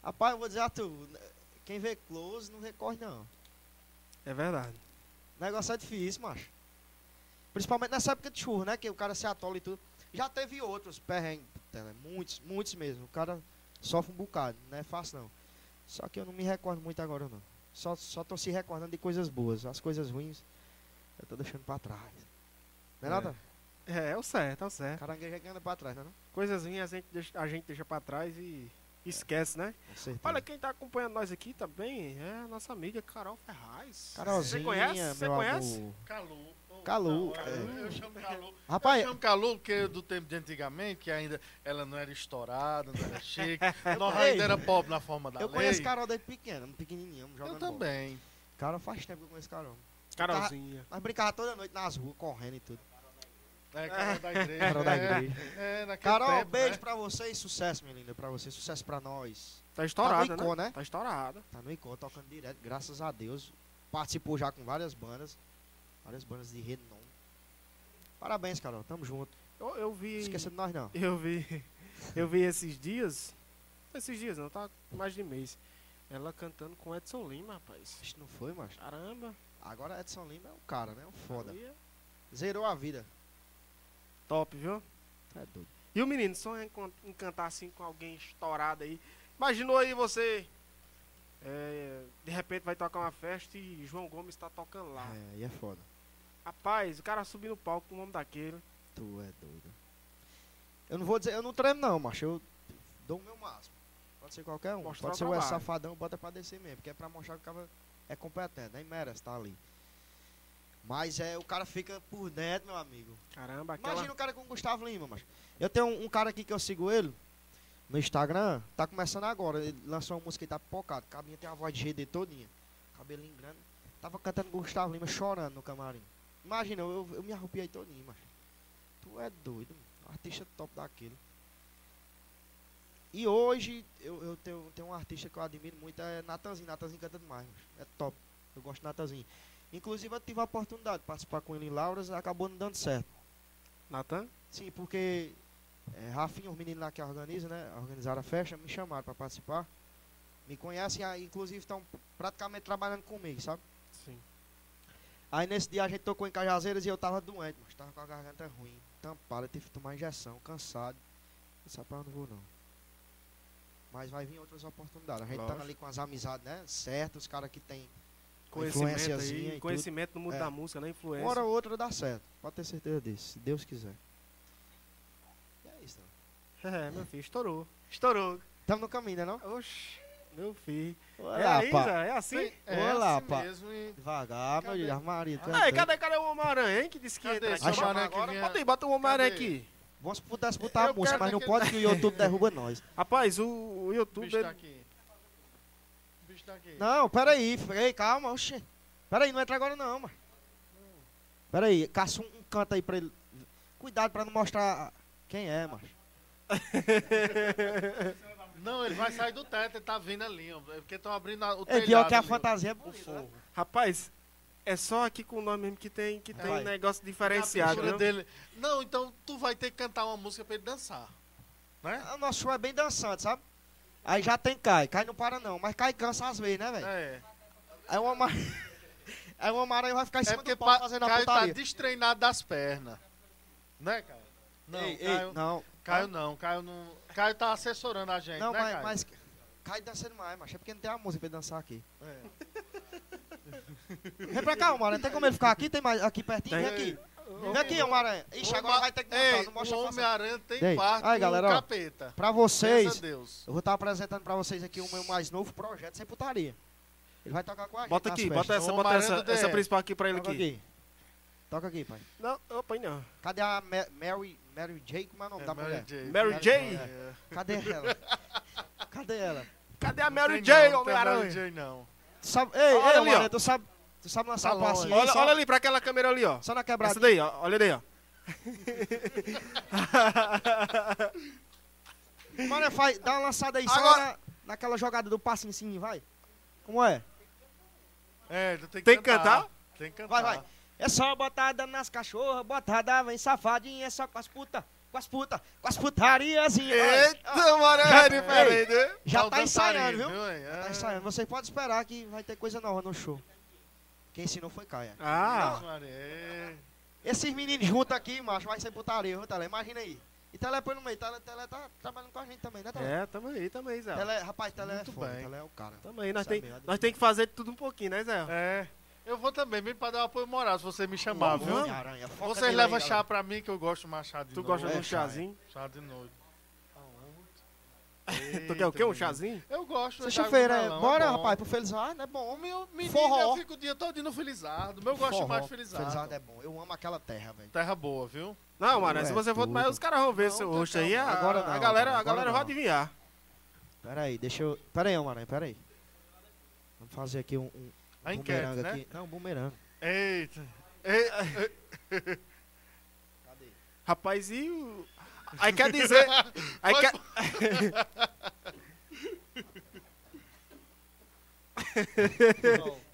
Rapaz, eu vou dizer a tu, né, quem vê close não recorre não.
É verdade.
O negócio é difícil, macho. Principalmente nessa época de churro, né? Que o cara se atola e tudo. Já teve outros perrengues, puta, né, muitos, muitos mesmo. O cara sofre um bocado, não é fácil não. Só que eu não me recordo muito agora não. Só, só tô se recordando de coisas boas. As coisas ruins eu tô deixando pra trás. Não é,
É.
nada?
É, é o certo, é o certo.
Caranguejo é grande pra trás, né? Não?
Coisas ruins a gente deixa, a gente deixa pra trás e esquece, né?
Com certeza.
Olha, quem tá acompanhando nós aqui também é a nossa amiga Carol Ferraz.
Carolzinha,
Você conhece?
meu
Você conhece?
amor.
Calu. Oh,
Calu,
não,
é.
Eu chamo Calu.
Rapaz,
eu chamo Calu porque do tempo de antigamente, que ainda ela não era estourada, não era chique. nós
Ei,
ainda era pobre na forma da
eu
lei.
conheço Carol desde pequena, pequenininha, jogando
Eu também.
bola. Carol faz tempo que eu conheço Carol.
Tá Carolzinha.
Nós brincava toda noite nas ruas, correndo e tudo.
É, Carol da igreja.
Carol da
é,
igreja.
É, naquele
Carol,
tempo,
beijo
né?
pra você e sucesso, minha linda, pra você. Sucesso pra nós.
Tá estourada,
tá no Icon, né?
Tá estourada.
Tá no Icon, tocando direto, graças a Deus. Participou já com várias bandas. Várias bandas de renome. Parabéns, Carol. Tamo junto.
Eu, eu vi.
Não esqueça de nós, não.
Eu vi. Eu vi esses dias. Esses dias não, tá mais de mês. Ela cantando com Edson Lima, rapaz.
Acho que não foi, macho.
Caramba.
Agora Edson Lima é um cara, né? Um foda.
aí é
Zerou a vida.
Top, viu?
É doido.
E o menino, só encon- encantar assim com alguém estourado aí. Imaginou aí você. é, de repente vai tocar uma festa e João Gomes tá tocando lá.
É, e é foda.
Rapaz, o cara subir no palco com o nome daquele.
Tu é doido. Eu não vou dizer, eu não treino não, macho. Eu dou o meu máximo. Pode ser qualquer um.
Mostrar o
Pode ser o
trabalho.
safadão, bota pra descer mesmo. Porque é pra mostrar que o cara é competente, nem merece estar ali. Mas é, o cara fica por dentro, meu amigo.
Caramba, aquela.
Imagina o cara com o Gustavo Lima, macho. Eu tenho um, um cara aqui que eu sigo ele no Instagram, tá começando agora. Ele lançou uma música e tá pipocado. O cabinho tem a voz de GD todinha. Cabelinho grande. Tava cantando Gustavo Lima chorando no camarim. Imagina, eu, eu me arrupiei todinho, macho. Tu é doido, mano. artista top daquele. E hoje eu, eu tenho, tenho um artista que eu admiro muito, é Natanzinho. Natanzinho canta demais, macho. é top. Eu gosto de Natanzinho. Inclusive eu tive a oportunidade de participar com ele em Lauras, acabou não dando certo.
Natan?
Sim, porque é, Rafinha, os meninos lá que organizam, né? Organizaram a festa, me chamaram para participar. Me conhecem, ah, inclusive estão praticamente trabalhando comigo, sabe?
Sim.
Aí nesse dia a gente tocou em Cajazeiras e eu tava doente, mas tava com a garganta ruim, tampada, tive que tomar injeção, cansado. Essa eu não vou não. Mas vai vir outras oportunidades. A gente tá
Lógico.
ali com as amizades, né? Certo, os caras que tem
Conhecimento
influenciazinha e
aí.
tudo.
Conhecimento no mundo
É.
da música, né? Influência.
Uma hora ou outra dá certo. Pode ter certeza disso, se Deus quiser. E é isso, então.
É, meu filho, estourou. Estourou.
Tamo no caminho, né não?
Oxi, meu filho.
Olha
é
lá,
aí,
pá.
Zé? É assim?
Sim, é
Olha lá,
assim
pá.
mesmo. E...
Devagar, meu
Cadê?
Deus, Maria. é
Cadê? Ei, Ah, cadê, cadê o Homem-Aranha, hein? Que disse que
Cadê
entra
esse
aqui.
Homem-Aranha que
agora?
vinha?
Bota aí, bota o Homem-Aranha
Cadê?
aqui.
Vamos pudesse botar a
Eu
música,
quero
mas não
daquele-
pode que o YouTube derruba nós.
Rapaz, o, o
O
YouTube.
bicho
Ele...
tá aqui. O bicho tá aqui.
Não, peraí, ei, calma, oxê. Peraí, não entra agora não, mano. Peraí, caça um, um canto aí pra ele. Cuidado pra não mostrar quem é, macho.
Não, ele vai sair do teto, ele tá vindo ali, ó. Porque estão abrindo a- o
É
telhado
pior que a
ali, ó.
fantasia é
Tá O
bonita. né?
forro.
Rapaz, é só aqui com o nome mesmo que tem, que tem
Vai.
um negócio
A
diferenciado.
pintura
viu?
dele. Não, então tu vai ter que cantar uma música pra ele dançar. Né?
Ah, O nosso show é bem dançante, sabe? Aí já tem cai, cai não para não, mas cai cansa às vezes, né, velho?
É.
Aí uma mar... Aí uma maranha vai ficar em
É
cima
porque
do palco
pa-
fazendo a
Caio tá
putaria.
destreinado das pernas. Né, cara? Não,
ei,
Caio,
ei, não.
Caio não, Caio não. Caio tá assessorando a gente,
Não,
né, Caio?
mas, mas cai dançando mais, mas é porque não tem a música pra ele dançar aqui.
É.
Vem pra cá, o Maranhão. Tem como ele ficar aqui? Tem mais aqui pertinho?
Tem.
Vem aqui.
Ô,
Vem aqui, o Maranhão. Ixi,
ô,
agora
ma-
vai ter que
Ei, é
dançar. Não mostra
o
a face.
Homem-Aranha tem
Ei,
parte
aí,
do
galera, ó.
capeta.
Pra
Graças a
vocês,
Deus.
eu vou estar apresentando pra vocês aqui o meu mais novo projeto sem putaria. Ele vai tocar com a gente.
Bota
nas
aqui,
festas.
bota essa,
Ô,
bota
Maranhão
essa,
do
essa
DR.
principal aqui pra ele
Toca
aqui.
aqui. Toca aqui, pai.
Não, opa, aí não.
Cadê a Ma- Mary, Mary J? Como é o nome da mulher?
Mary Jane?
É.
Cadê ela? Cadê ela?
Cadê a Mary
Tem
Jane,
não, tem Mary
Homem-Aranha?
É Jane, não.
Tu sabe, ei,
Olha
ei,
ali, ó.
Maranhão, tu sabe, tu sabe lançar
Tá
a
longe.
passinha aí,
Olha,
só,
olha ali pra aquela câmera ali, ó.
só na
Essa
quebrada.
daí, ó. Olha daí, ó.
Maranhão, faz, dá uma lançada aí só
Agora-
na, naquela jogada do passinho assim, vai. Como é?
É, tu tem que
Tem que
cantar. Tem que cantar.
Vai, vai. É só botada nas cachorras, botada vem safadinha, é só com as puta, com as puta, com as putariazinhas.
Eita, Maranhão é
Ei.
diferente, né?
Já
o
tá ensaiando,
dançarino,
viu?
hein?
Já
É.
tá ensaiando. Vocês podem esperar que vai ter coisa nova no show. Quem ensinou foi Caia.
Ah,
Ave Maria.
Esses meninos juntos aqui, macho, vai ser putaria, viu, Tele? Imagina aí. E Tele é põe no meio. Tele, Tele tá trabalhando com a gente também, né, Tele?
é, tamo aí, tamo aí, Zé.
Tele rapaz, Tele é
Muito
foda,
bem.
Tele é o cara.
Tamo aí, nós
Sabe,
tem,
é
nós tem que fazer de tudo um pouquinho, né, Zé?
É. Eu vou também, vem pra dar um apoio moral se você me chamar, viu?
Vamos.
Homem-Aranha, foca
Vocês
nele
levam
aí,
chá pra mim, que eu gosto mais chá de
Tu
noite.
gosta
é,
de
cara.
um chazinho?
Chá de noite.
Tu quer o quê? Um chazinho?
Eu
galera.
gosto. eu
Sexta-feira,
jogo
é.
no melão,
bora,
é bom.
rapaz, pro Felizardo, é bom.
Homem, eu- menino,
Forró.
eu fico o dia todo no Felizardo. Meu, Eu gosto mais de Felizardo.
Felizardo é bom. Eu amo aquela terra, velho.
Terra boa, viu?
Não, mano, se
é
você for
tudo.
mais, os caras vão ver
Não,
seu
tá
rosto aí. é A,
Agora
a
não, cara,
galera, a galera
agora
vai
não.
adivinhar.
Pera aí, deixa eu... Pera aí, Homem-Aranha, pera aí. Vamos fazer aqui um... um
A
bumerangue
enquete, né?
aqui. Não, um bumerangue.
Eita. Ei,
Cadê?
Rapaz, e o. Aí quer dizer. Aí
Mas-
quer...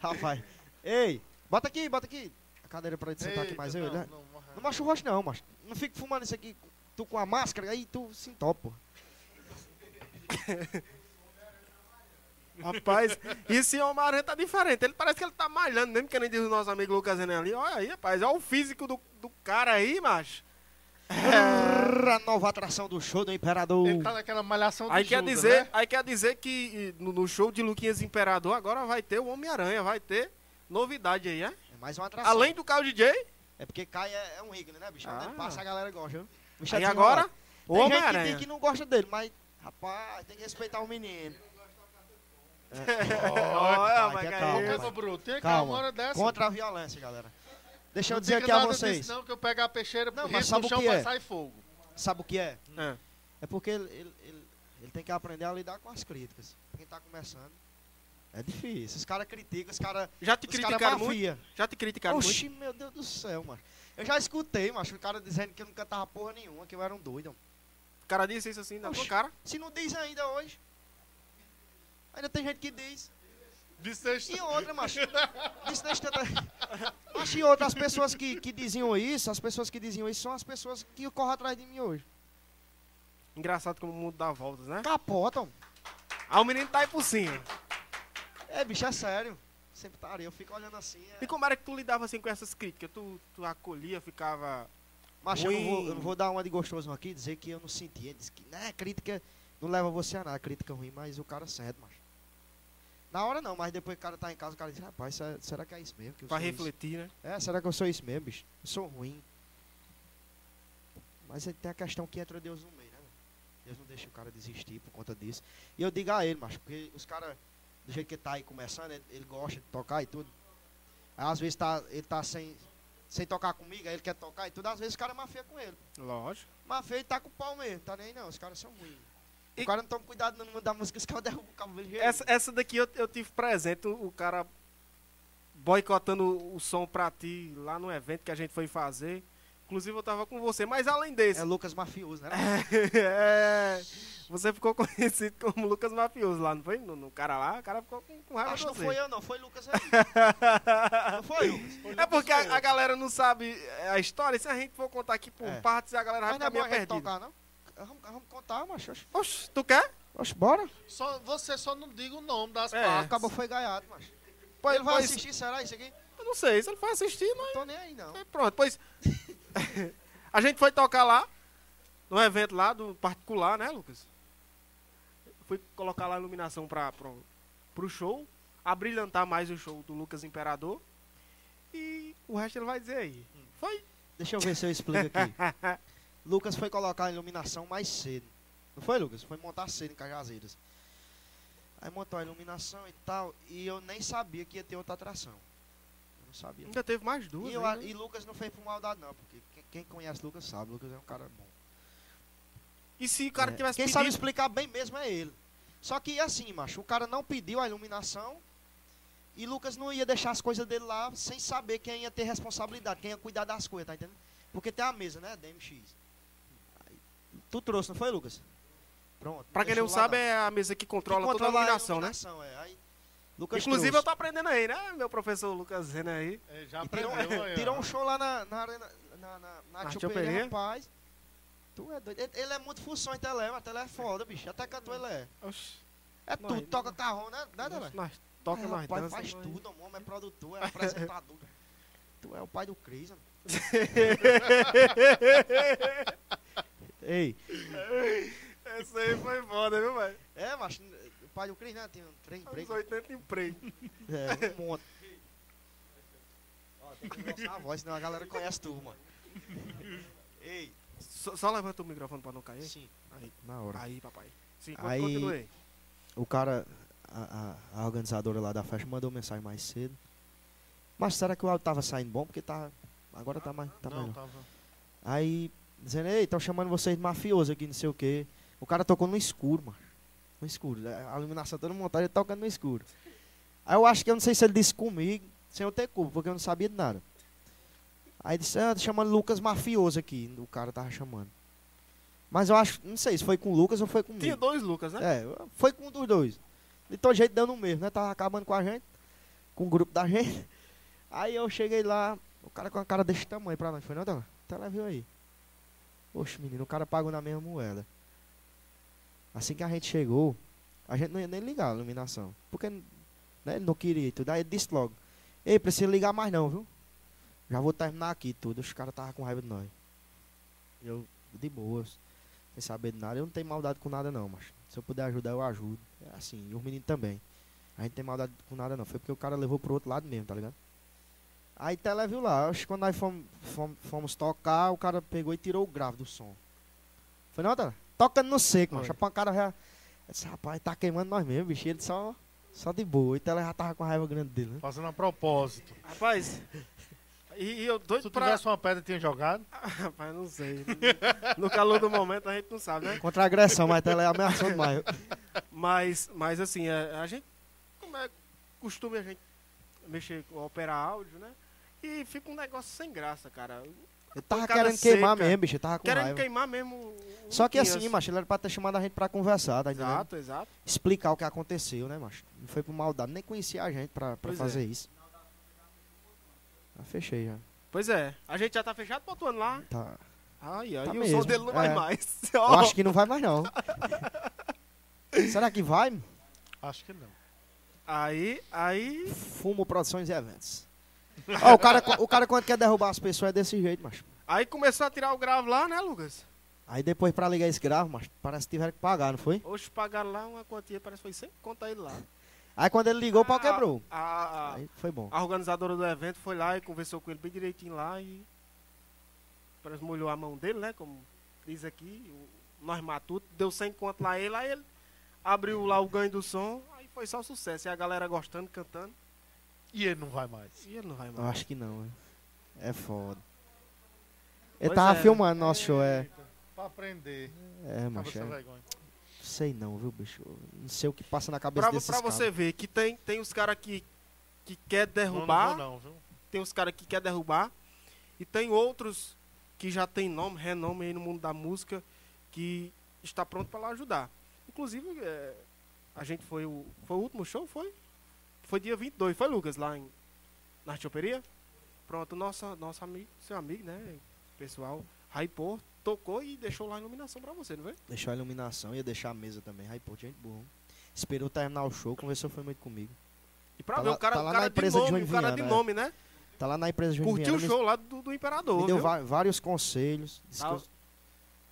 Rapaz. Ei, bota aqui, bota aqui. A cadeira pra ele sentar aqui
eita,
mais eu,
não,
né?
não, morra.
Não macho o rosto não, macho. Não fica fumando isso aqui, tu com a máscara, aí tu se entopa.
Rapaz, esse Homem-Aranha tá diferente. Ele parece que ele tá malhando, mesmo que nem diz o nosso amigo Lucas Renan ali. Olha aí, rapaz, olha o físico do, do cara aí, macho.
A nova atração do show do Imperador.
Ele tá naquela malhação de
Aí quer,
Judas,
dizer,
né?
aí quer dizer que eh, no, no show de Luquinhas Imperador agora vai ter o Homem-Aranha, vai ter novidade aí, né?
É mais uma atração.
Além do Carl DJ,
É porque cai é, é um rigor, né, bicho?
Ah.
Quando ele passa, a galera gosta, viu? Bicho é
aí agora,
desenrolado.
o
Tem gente que, tem
Homem-Aranha.
que não gosta dele, mas, rapaz, tem que respeitar o menino.
Olha,
Vai,
mas
que é
aí-
calma.
Ô, Cabo Bruto, tem calma,
Calma.
uma hora dessa.
Contra a violência, galera. Deixa eu
Assim. Não
dizer
diga
aqui a
nada disso,
vocês.
não, que eu pego a peixeira
Não,
pro
mas
risco
sabe
no
o
chão
que
vai
é?
sair fogo.
Sabe o que é?
É.
É porque ele, ele, ele- ele tem que aprender a lidar com as críticas. Quem tá começando. É difícil. Os caras criticam, os caras.
Já te
Os caras
criticaram muito?
mafia.
Já te criticaram muito?
Oxi, meu Deus do céu, mano. Eu já escutei, macho, o cara dizendo que eu não cantava porra nenhuma, que eu era um doido. mano.
O cara disse isso assim na tua
Oxi.
cara.
Se não diz ainda hoje. Ainda tem gente que diz.
De sexta.
E outra, macho. Isso não é tanta... Macho, e outra, as pessoas que, que diziam isso, as pessoas que diziam isso são as pessoas que correm atrás de mim hoje.
Engraçado como o mundo dá voltas, né?
Capotam.
Aí o menino tá aí por cima.
É, bicho, é sério. Sempre tá ali, eu fico olhando assim. É...
E como era que tu lidava assim com essas críticas? Tu, tu acolhia, ficava.
Macho, eu não,
Ruim.
vou, eu não vou dar uma de gostoso aqui, dizer que eu não senti. Ele disse que, né, crítica não leva você a nada, crítica ruim, mas o cara cede, macho. Na hora não, mas depois que o cara tá em casa, o cara diz, rapaz, se- será que é isso mesmo? Que eu
Pra
sou
refletir, né?
isso? É, será que eu sou isso mesmo, bicho? Eu sou ruim. Mas aí tem a questão que entra Deus no meio, né? Deus não deixa o cara desistir por conta disso. E eu digo a ele, macho, porque os caras, do jeito que tá aí começando, ele, ele gosta de tocar e tudo. Aí, às vezes tá, ele tá sem, sem tocar comigo, aí ele quer tocar e tudo, às vezes o cara mafia com ele.
Lógico.
Mas feio tá com o pau mesmo, tá nem aí não, os caras são ruins.
E-
O cara não toma cuidado não mandar música, os caras derrubam o cabelo dele.
Essa, essa daqui eu, eu tive presente, o o cara boicotando o som pra ti lá no evento que a gente foi fazer. Inclusive eu tava com você, mas além desse.
É Lucas Mafioso, né?
É, você ficou conhecido como Lucas Mafioso lá, não foi? No, no cara lá, o cara ficou com, com raiva
Acho que
de
não
você.
foi eu não, foi Lucas aí. não foi Lucas.
É porque a, a galera não sabe é, a história, se a gente for contar aqui por
É.
partes, a galera vai
Mas não
ficar
é bom
meio
a gente
perdida.
tocar, não? Vamos, vamos contar, macho. Oxe,
Oxe, tu quer?
Oxe, bora.
Só, você só não diga o nome das
É.
partes.
Acabou foi gaiado, macho.
Pois,
ele vai
pois-
assistir, será isso aqui?
Eu não sei, se ele for assistir, não
Não tô nem aí, não.
é pronto. Pois a gente foi tocar lá, num evento lá do particular, né, Lucas? Fui colocar lá a iluminação para pro, pro show, abrilhantar mais o show do Lucas Imperador. E o resto ele vai dizer aí. Foi?
Deixa eu ver se eu explico aqui. Lucas foi colocar a iluminação mais cedo. Não foi, Lucas? Foi montar cedo em Cajazeiras. Aí montou a iluminação e tal, e eu nem sabia que ia ter outra atração. Eu não sabia.
Ainda teve mais duas.
E, eu,
aí, né?
e Lucas não fez por maldade, não, porque quem, quem conhece Lucas sabe, Lucas é um cara bom.
E se o cara
É,
tivesse
Quem
pedido...
sabe explicar bem mesmo é ele. Só que assim, macho, o cara não pediu a iluminação e Lucas não ia deixar as coisas dele lá sem saber quem ia ter responsabilidade, quem ia cuidar das coisas, tá entendendo? Porque tem a mesa, né, DMX. Aí, tu trouxe, não foi, Lucas? Pronto.
Pra quem não sabe, é a mesa que controla, toda a iluminação, né?
né? É. Aí, Lucas
Inclusive, eu
trouxe.
tô aprendendo aí, né? Meu professor Lucas Zena aí.
É, já
E tirou,
aprendeu aí, ó.
tirou um show lá na, na arena, na, na, na
Na
Tio
Tio
Pereira,
Pereira?
rapaz. Tu é doido. Ele, ele é muito função em Telema, Telema é foda, bicho. Até cantor ele é.
Oxi,
É
Não,
tudo,
aí-
toca carrão, né? Nada,
nós,
velho.
nós toca,
É,
nós
rapaz,
dança.
faz
nós-
tudo, o homem é produtor, é apresentador. tu é o pai do Cris, mano. Ei.
Essa aí foi foda, viu, velho?
É, macho, o pai do Cris, né? Tem um três
Anos
empregos.
80 emprego.
É, um monte. Ó, tem que engrossar a voz, senão a galera conhece tu, mano. Ei,
Só, só levanta o microfone pra não cair.
sim.
Aí,
Na hora.
aí papai. Sim,
Aí-
continuei.
o cara, a, a- a organizadora lá da festa mandou mensagem mais cedo. Mas será que o áudio tava saindo bom? Porque tá. Agora tá mais. Tá
não,
melhor.
tava.
Aí, dizendo, ei, estão chamando vocês de mafioso aqui, não sei o quê. O cara tocou no escuro, mano. No escuro. É, A iluminação toda montada, ele tocando no escuro. Aí eu acho que eu não sei se ele disse comigo, sem eu ter culpa, porque eu não sabia de nada. Aí disse, ah, tá chamando Lucas mafioso aqui. O cara tava chamando. Mas eu acho, não sei se foi com o Lucas ou foi comigo.
Tinha dois Lucas, né?
É, foi com um dos dois. De todo jeito deu no mesmo, né? Tava acabando com a gente, com o grupo da gente. Aí eu cheguei lá, o cara com a cara desse tamanho pra nós. Foi, não, Dona? Até lá viu aí. Oxe, menino, o cara pagou na mesma moeda. Assim que a gente chegou, a gente não ia nem ligar a iluminação. Porque né, ele não queria e tudo. Aí ele disse logo: Ei, precisa ligar mais não, viu? Já vou terminar aqui e tudo. Os caras estavam com raiva de nós. E Eu, de boas sem saber de nada. Eu não tenho maldade com nada, não, mas se eu puder ajudar, eu ajudo. É assim, e os meninos também. A gente não tem maldade com nada, não. Foi porque o cara levou pro outro lado mesmo, tá ligado? Aí Tele viu lá. Acho que quando nós fomos, fomos, fomos tocar, o cara pegou e tirou o grave do som. Foi, não, Tele? Tocando no seco, macho.
Foi.
A pancada já. Eu disse, rapaz, tá queimando nós mesmo, bicho. Ele só, só de boa. E Tele já tava com a raiva grande dele, né?
Fazendo a propósito.
Rapaz. E, e eu
Se
doido
tu
pra.
tivesse uma pedra, tinha jogado.
Rapaz, não sei. No calor do momento a gente não sabe, né?
Contra a agressão, mas Tele ameaçou demais.
Mas, mas assim, é, a gente. Como é costume a gente mexer com operar áudio, né? E fica um negócio sem graça, cara.
Eu tava
Pancada
querendo queimar
seca.
mesmo, bicho. Eu tava com
Querendo
raiva.
queimar mesmo. o- o
Só que
Luquinhas.
assim, macho, ele era pra ter chamado a gente pra conversar, tá entendendo?
Exato, exato.
explicar o que aconteceu, né, macho? Não foi por maldade, nem conhecia a gente pra, pra
Pois é.
fazer isso. Já fechei já.
Pois é. A gente já tá fechado botando lá.
Tá.
Ai, ai,
Tá
e o
mesmo,
som dele não vai
é.
mais.
Eu acho que não vai mais não. Será que vai?
Acho que não.
Aí, aí.
Fumo Produções e Eventos. Ó, o, cara, o cara quando quer derrubar as pessoas é desse jeito, macho.
Aí começou a tirar o grave lá, né, Lucas?
Aí depois pra ligar esse grave, macho, parece que tiveram que pagar, não foi?
Hoje pagaram lá uma quantia, parece que foi 100 conta ele lá.
Aí quando ele ligou, o pau
A-
quebrou.
A, a-
Aí foi bom.
a organizadora do evento foi lá e conversou com ele bem direitinho lá e. Parece que molhou a mão dele, né? Como diz aqui, o, nós matuto, deu 100 conto lá ele, aí ele abriu lá o ganho do som, aí foi só sucesso. E a galera gostando, cantando,
E ele não vai mais.
e ele não vai
Eu
mais.
acho que não, né? É foda. Ele
Pois
tava
é.
filmando nosso show, é.
Eita, Pra aprender.
É,
Acaba
macho.
essa
É.
vergonha.
Sei não, viu, bicho? Eu Não sei o que passa na cabeça
Pra,
desses
pra você
caras.
ver que tem, tem os caras que, que quer
Não,
derrubar.
não, vou não, viu?
tem os caras que quer derrubar e tem outros que já tem nome, renome aí no mundo da música que está pronto para lá ajudar. Inclusive, eh, a gente foi o foi o último show, foi? Foi dia 22, foi Lucas lá em na Artioperia? Pronto, nossa, nosso amigo, seu amigo, né, pessoal, Raipor tocou e deixou lá a iluminação para você, não foi?
Deixou a iluminação, ia deixar a mesa também. Aí, pô, gente burro. Esperou terminar o show, conversou foi muito comigo.
E pra
Tá
ver
lá-
o cara,
tá
o
lá
cara
na
de
empresa de
nome, o cara
Joinviana,
de
é.
nome, né?
Tá lá na empresa de
Curtiu o
me,
show lá do, do Imperador,
me deu
viu?
va- vários conselhos. disse que
Tá.
eu-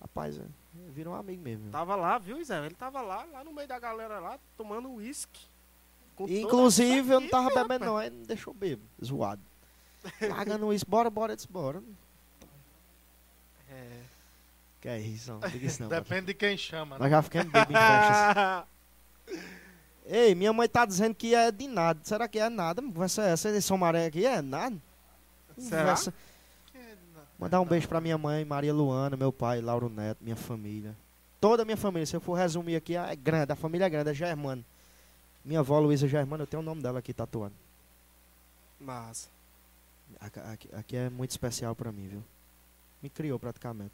Rapaz, é, virou um amigo mesmo.
Tava lá, viu, Zé? Ele tava lá, lá no meio da galera lá, tomando uísque. Com toda
Inclusive,
essa
eu não tava
equipe,
bebendo, não. Aí me deixou bebo, zoado. Largando isso, bora, bora, eu disse, bora.
rapaz. É.
Que é isso, não, não diga isso não. mano.
Depende de quem chama, né?
Nós já ficamos bebo em festas. Ei, minha mãe tá dizendo que é de nada. Será que é nada? Conversa é essa, esse maré aqui é nada?
Será?
Conversa-
Que na-
Mandar um beijo pra minha mãe, Maria Luana, meu pai, Lauro Neto, minha família. Toda a minha família, se eu for resumir aqui, é grande, a família é grande, é Germano. Minha avó Luísa Germano, eu tenho o nome dela aqui tatuado.
Mas,
Aqui, aqui- aqui é muito especial pra mim, viu? Me criou praticamente.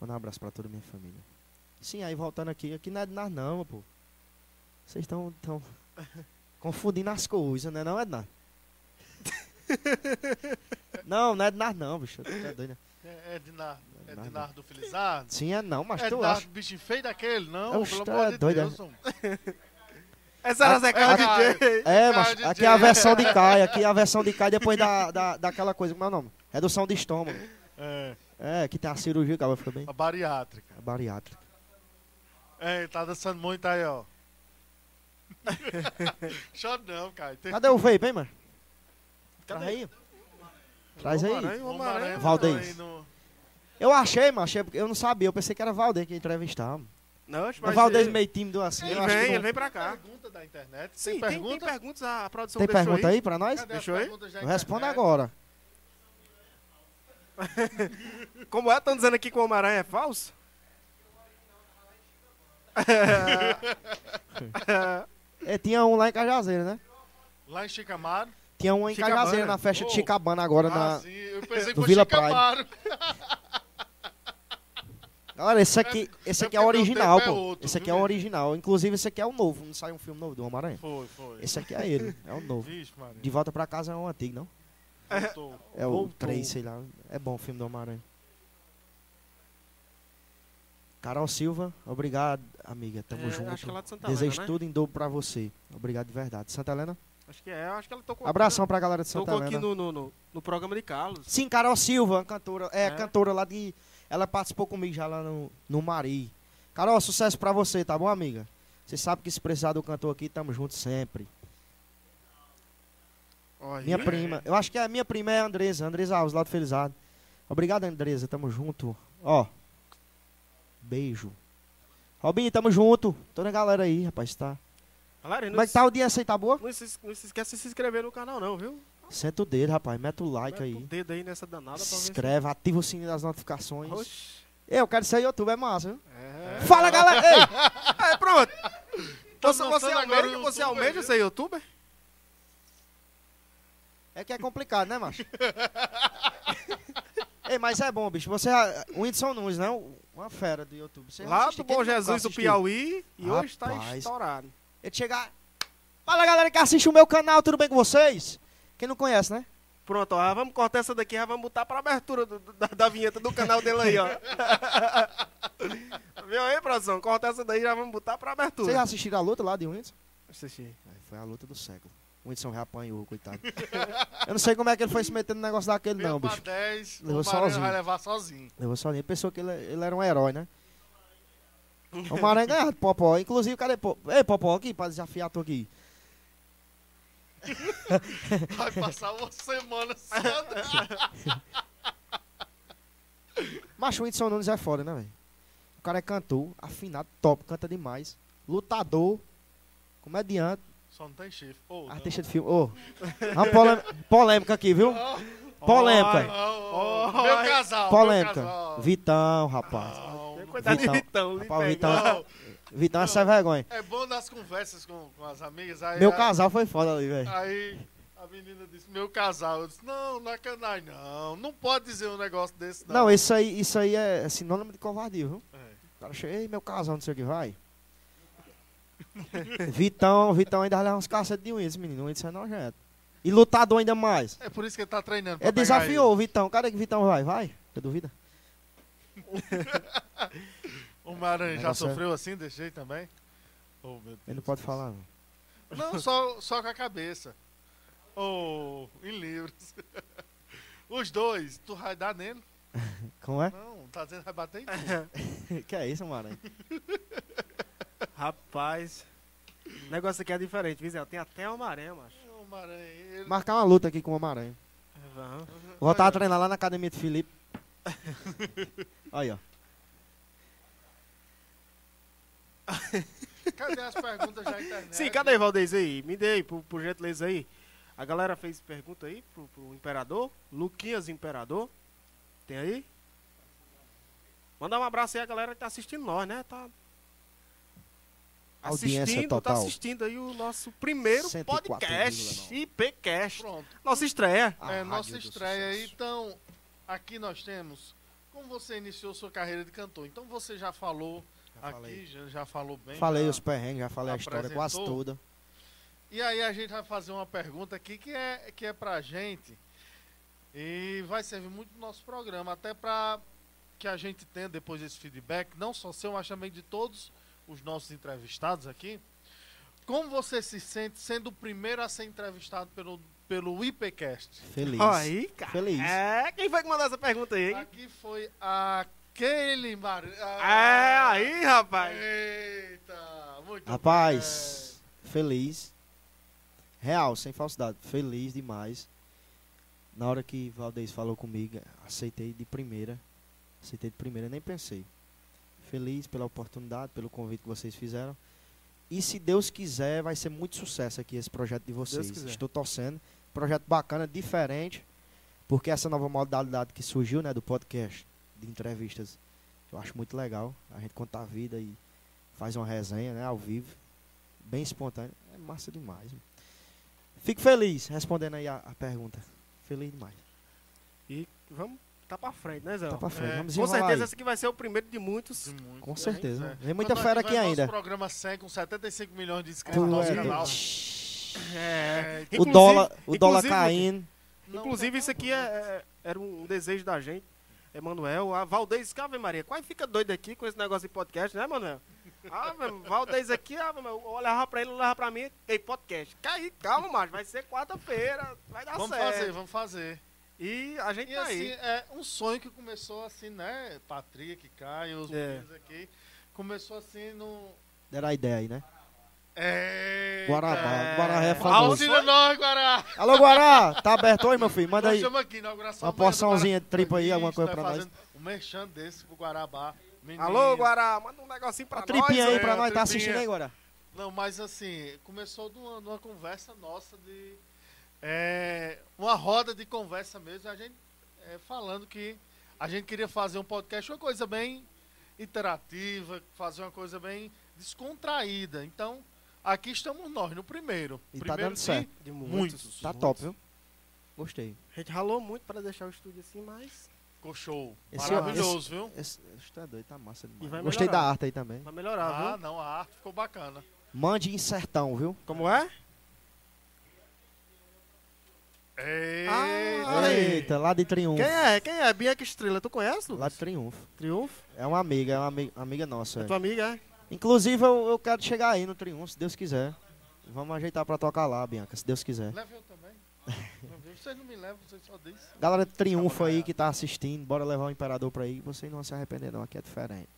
Manda um abraço pra toda a minha família. Sim, aí voltando aqui, aqui não é de nada não, pô. Vocês estão tão confundindo as coisas, né? Não é de nada. não, não é de nada não, bicho. Tu é doido, né?
É, é Dinar, é
Nada.
Dinar do Felizardo?
Sim, é não, mas
é
tu
Dinar
acha.
do bichinho feio daquele? Não,
Oxe,
pelo
tá
amor de
doido,
Deus. homem.
essa
Ah,
era a Zeca
a-
DJ.
É,
Cara
mas
de
aqui é
Jay.
a versão de Kai, aqui é a versão de Kai depois da, da, daquela coisa, como é o nome? Redução de estômago.
É,
É, que tem a cirurgia, acaba fica bem.
a bariátrica.
É bariátrica.
É, tá dançando muito aí, ó. Chora não, cara. Tem... um
Cadê o vape, hein, mano? Traz
Cadê?
aí. Traz
né?
aí.
Homem-Aranha, Homem-Aranha.
Valdez.
aí no-
Eu achei, mano, achei, porque eu não sabia, eu pensei que era Valdez que ia entrevistar. mano.
Não,
O
mas
Valdez
ele-
meio tímido assim, eu
Ele
acho
vem,
que
ele
não...
vem pra cá.
Pergunta da internet.
Sim,
tem
tem, tem
pergunta?
perguntas, a produção
Tem
deixou
pergunta aí pra nós?
Cadê as
Deixou aí?
perguntas da
Eu respondo
internet?
agora.
Como é? Estão dizendo aqui que o Homem-Aranha é falso?
É, tinha um lá em Cajazeira, né?
Lá em Chicamaro.
Tinha um em
Chicabana.
Cajazeira na festa de
Oh.
Chicabana agora.
Ah,
na...
sim. Eu pensei que
do
foi
Vila
Chicamaro.
Galera, esse aqui, esse
é
aqui é o
porque meu
original,
tempo é
pô.
outro,
Esse aqui é
viu,
o
gente?
original. Inclusive, esse aqui é o novo. Não sai um filme novo do Homem-Aranha.
Foi, foi.
Esse aqui é ele, é o novo.
Vixe, mano.
De Volta Pra Casa é um antigo, não?
Voltou.
É o
Voltou.
3, sei lá. É bom o filme do Homem-Aranha. Carol Silva, obrigado, amiga. Tamo
É,
junto.
Acho que é lá de Santa
Desejo
Helena, né?
tudo em dobro pra você. Obrigado de verdade. Santa Helena?
Acho que é, acho que ela tocou.
Abração pra galera de Santa
Tocou aqui
Helena.
no, no, no, no programa de Carlos.
Sim, Carol Silva, cantora. É,
É.
cantora lá de. Ela participou comigo já lá no, no Mari. Carol, sucesso pra você, tá bom, amiga? Você sabe que se precisar do cantor aqui, tamo junto sempre.
Olha,
Minha
é.
prima. Eu acho que a minha prima é a Andresa, Andresa Alves, lá do Felizardo. Obrigado, Andresa. Tamo junto. Ó. Beijo. Robinho, tamo junto. Toda a galera aí, rapaz, tá?
Galera,
Como
não,
é que tá o dia aí, tá boa?
não, se, não se esquece de se inscrever no canal, não, viu?
Senta o dedo, rapaz. Mete o like
Mete O
aí.
dedo aí nessa danada pra
Se
ver se-
inscreve, ativa o sininho das notificações.
Oxi.
Ei, Eu quero ser YouTube, é massa, viu?
É.
Fala, galera! Ei!
É, pronto. Você,
lançando
você
agora um
almeja,
o
você
YouTube
almeja
aí.
ser youtuber?
É que é complicado, né, macho? Ei, mas é bom, bicho. Você é o Whindersson Nunes, né? Uma fera do YouTube. Você
Lá
assiste,
do
quem
Bom
nunca
Jesus do
assistiu?
Piauí. E hoje tá
Rapaz.
estourado.
Ele chega. Fala, galera que assiste o meu canal, tudo bem com vocês? Quem não conhece, né?
Pronto, ó, ah, vamos cortar essa daqui, já vamos botar pra abertura do- do- da, da vinheta do canal dele aí, ó. Viu aí, produção? Corta essa daí, já vamos botar pra abertura.
Vocês já assistiram a luta lá de Whindersson?
Assisti.
É, foi a luta do século. O Whindersson já apanhou, coitado. Eu não sei como é que ele foi se metendo no negócio daquele, não,
Não, pra
bicho.
10, o
Levou
Maranhão vai
sozinho.
levar sozinho.
Eu só nem pensou que ele, ele era um herói, né? O Maranhão ganhava do Popó. Inclusive, cadê Popó? Ei, Popó, aqui, pra desafiar tu aqui.
Vai passar uma semana só. né?
Macho, o Whindersson Nunes é foda, né, velho? O cara é cantor, afinado, top, canta demais. Lutador, comediante,
Só não tem chifre. Ô,
artista de filme. Ô, uma polê- polêmica aqui, viu?
Não.
Polêmica.
Não, ô,
Ó,
meu
ó,
casal.
Polêmica.
Meu casal.
Vitão, rapaz.
Não, não.
Coitado
Vitão.
de Vitão,
Rapaz, o
lhe
Vitão-
pega.
Não,
Vitão é sem vergonha.
É bom nas conversas com, com as amigas. Aí,
Meu
aí-
casal foi foda ali,
É.
velho.
Aí a menina disse, meu casal. Eu disse, não, não é canagem, não. Não pode dizer um negócio desse, não.
Não, isso aí, isso aí é sinônimo de covardia, viu?
É.
O cara chega, ei, meu casal, não sei o que vai. Vitão, Vitão ainda leva uns cacetes de Whindersson, menino. O Whindersson é nojento. E lutador ainda mais.
É por isso que ele tá treinando. pra
É
pegar
desafiou o Vitão. Cadê que Vitão vai? Vai? Você duvida?
ele. O Maranhão já
Negócio é-
sofreu assim, desse jeito também? Oh, meu
Ele não pode falar, não.
Não, só, só com a cabeça. Oh, Ou em livros. Os dois, tu vai dar nele?
Como é?
Não, tá dizendo que vai bater em tudo.
que é isso, mano?
Rapaz. O negócio aqui é diferente, viu, Zé? Tem até uma aranha, macho.
Não, Maranhão, ele-
Marcar uma luta aqui com o Homem-Aranha.
Vamos.
Vou voltar a treinar lá na academia de Felipe. Aí, ó.
Cadê as perguntas da internet?
Sim, cadê Valdez aí? Me dê aí, por, por gentileza aí. A galera fez pergunta aí pro, pro Imperador. Luquinhas Imperador. Tem aí? Mandar um abraço aí a galera que tá assistindo nós, né? Tá
Audiência
assistindo,
total.
tá assistindo aí o nosso primeiro
104,9.
podcast. IPcast.
Pronto.
Nossa estreia.
A
é
Ah, rádio
nossa
do
estreia aí.
sucesso.
Então, aqui nós temos como você iniciou sua carreira de cantor. Então você já falou
Já
aqui,
falei.
já, já falou bem.
Falei
já.
os perrengues, já falei a história quase
Apresentou.
toda.
E aí a gente vai fazer uma pergunta aqui que é que é pra gente e vai servir muito no nosso programa, até pra que a gente tenha depois esse feedback, não só seu, mas também de todos os nossos entrevistados aqui. Como você se sente sendo o primeiro a ser entrevistado pelo pelo IPcast?
Feliz.
Ó aí, cara.
Feliz.
É, quem foi que mandou essa pergunta aí, hein?
Aqui foi aquele mar.
É, aí, rapaz.
Eita, muito
Rapaz, feliz. Real, sem falsidade. Feliz demais. Na hora que Valdez falou comigo, aceitei de primeira. Aceitei de primeira, nem pensei. Feliz pela oportunidade, pelo convite que vocês fizeram. E se Deus quiser, vai ser muito sucesso aqui esse projeto de vocês.
quiser.
Estou torcendo. Projeto bacana, diferente, porque essa nova modalidade que surgiu, né, do podcast, de entrevistas, eu acho muito legal. A gente conta a vida e faz uma resenha, né, ao vivo, bem espontânea. É massa demais. mano. Fico feliz respondendo aí a, a pergunta. Feliz demais.
E vamos, tá pra frente, né, Zé?
Tá pra frente.
é,
Vamos
Com
enrolar
certeza
aí.
esse aqui vai ser o primeiro de muitos.
bem. Muito
Com
bem.
certeza.
É.
Vem muita
Quando
fera
tiver
aqui ainda.
Nosso programa 100 com 75 milhões de
Tu
inscritos no nosso
é
canal.
doido.
É,
O
inclusive-
dólar, o dólar
inclusive-
caindo.
Não,
Inclusive, isso aqui é, é- era um desejo da gente. Emanuel, a Valdez, que Ave Maria, quase fica doido aqui com esse negócio de podcast, né, Manuel? Ah, meu, Valdez aqui, ah, meu, eu olhava pra ele, olhava pra mim, ei, podcast. Cai, calma, macho, vai ser quarta-feira, vai dar
Vamos
Tá certo.
fazer, vamos fazer.
E a gente
E
tá
assim,
aí.
é um sonho que começou assim, né? Patrick, Caio, os
É.
meninos aqui. Começou assim no.
Era a ideia aí, né?
É.
Guarabá.
É.
Guará é famoso.
Auxílio nós, Guará!
Alô, Guará! Tá aberto aí, meu filho? Manda
Nós
aí.
estamos aqui, inauguração
Uma
amanhã do
porçãozinha
Guará.
de tripa aí, alguma
Isso,
coisa
tá
pra nós.
fazendo Um merchan desse pro Guarabá. Menino.
Alô, Guará, manda um negocinho pra
Uma tripinha
nós.
aí
né?
pra nós. Tá
tripinha.
assistindo aí, Guará?
Não, mas assim, começou de uma, de uma conversa nossa de. é, uma roda de conversa mesmo, a gente é, falando que a gente queria fazer um podcast, uma coisa bem interativa, fazer uma coisa bem descontraída. Então, aqui estamos nós, no primeiro.
E tá
primeiro
dando
de
certo.
De
Muitos.
Tá
muitos.
top, viu? Gostei.
A gente ralou muito pra deixar o estúdio assim, mas
Ficou show.
Esse-
Maravilhoso, viu?
Esse, esse tá doido, tá massa
E vai
demais. Gostei da
melhorar.
arte aí também.
vai melhorar,
Ah, tá.
viu?
não, a arte ficou bacana.
Mande em sertão, viu?
Como é? Olha aí.
Ah, Eita, lá de triunfo.
Quem é? Quem é? Bianca Estrela, tu conhece, Lucas?
Lá de triunfo.
Triunfo?
É uma amiga, é uma ami- amiga nossa.
É
é.
tua amiga, é?
Inclusive, eu, eu quero chegar aí no triunfo, se Deus quiser. Vamos ajeitar pra tocar lá, Bianca, se Deus quiser.
Leva eu também. Vocês não me levam, vocês só dizem.
Galera do Triunfo aí que tá assistindo, bora levar o imperador pra aí, vocês não vão se arrepender não, aqui é diferente.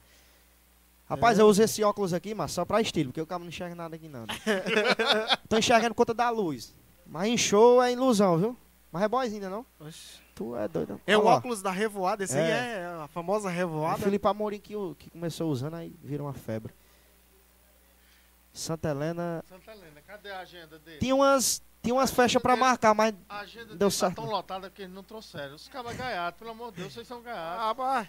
Rapaz,
É.
eu uso esse óculos aqui, mas só pra estilo, porque o cara não enxerga nada aqui não. Tô enxergando por conta da luz. Mas em show é ilusão, viu? Mas é boyzinho, né, não? Tu é doido.
É o
Olha lá.
óculos da revoada, esse
É.
aí é a famosa
O
revoada.
Felipe Amorim que, o- que começou usando, aí virou uma febre. Santa Helena...
Santa Helena, tá né? cadê a agenda dele?
Tinha umas, tinha umas festas pra marcar, mas...
A agenda
Deu
deu
certo.
tá tão lotada que eles não trouxeram. Os cabas gaiados, pelo amor de Deus, vocês são gaiados.
Ah, pá.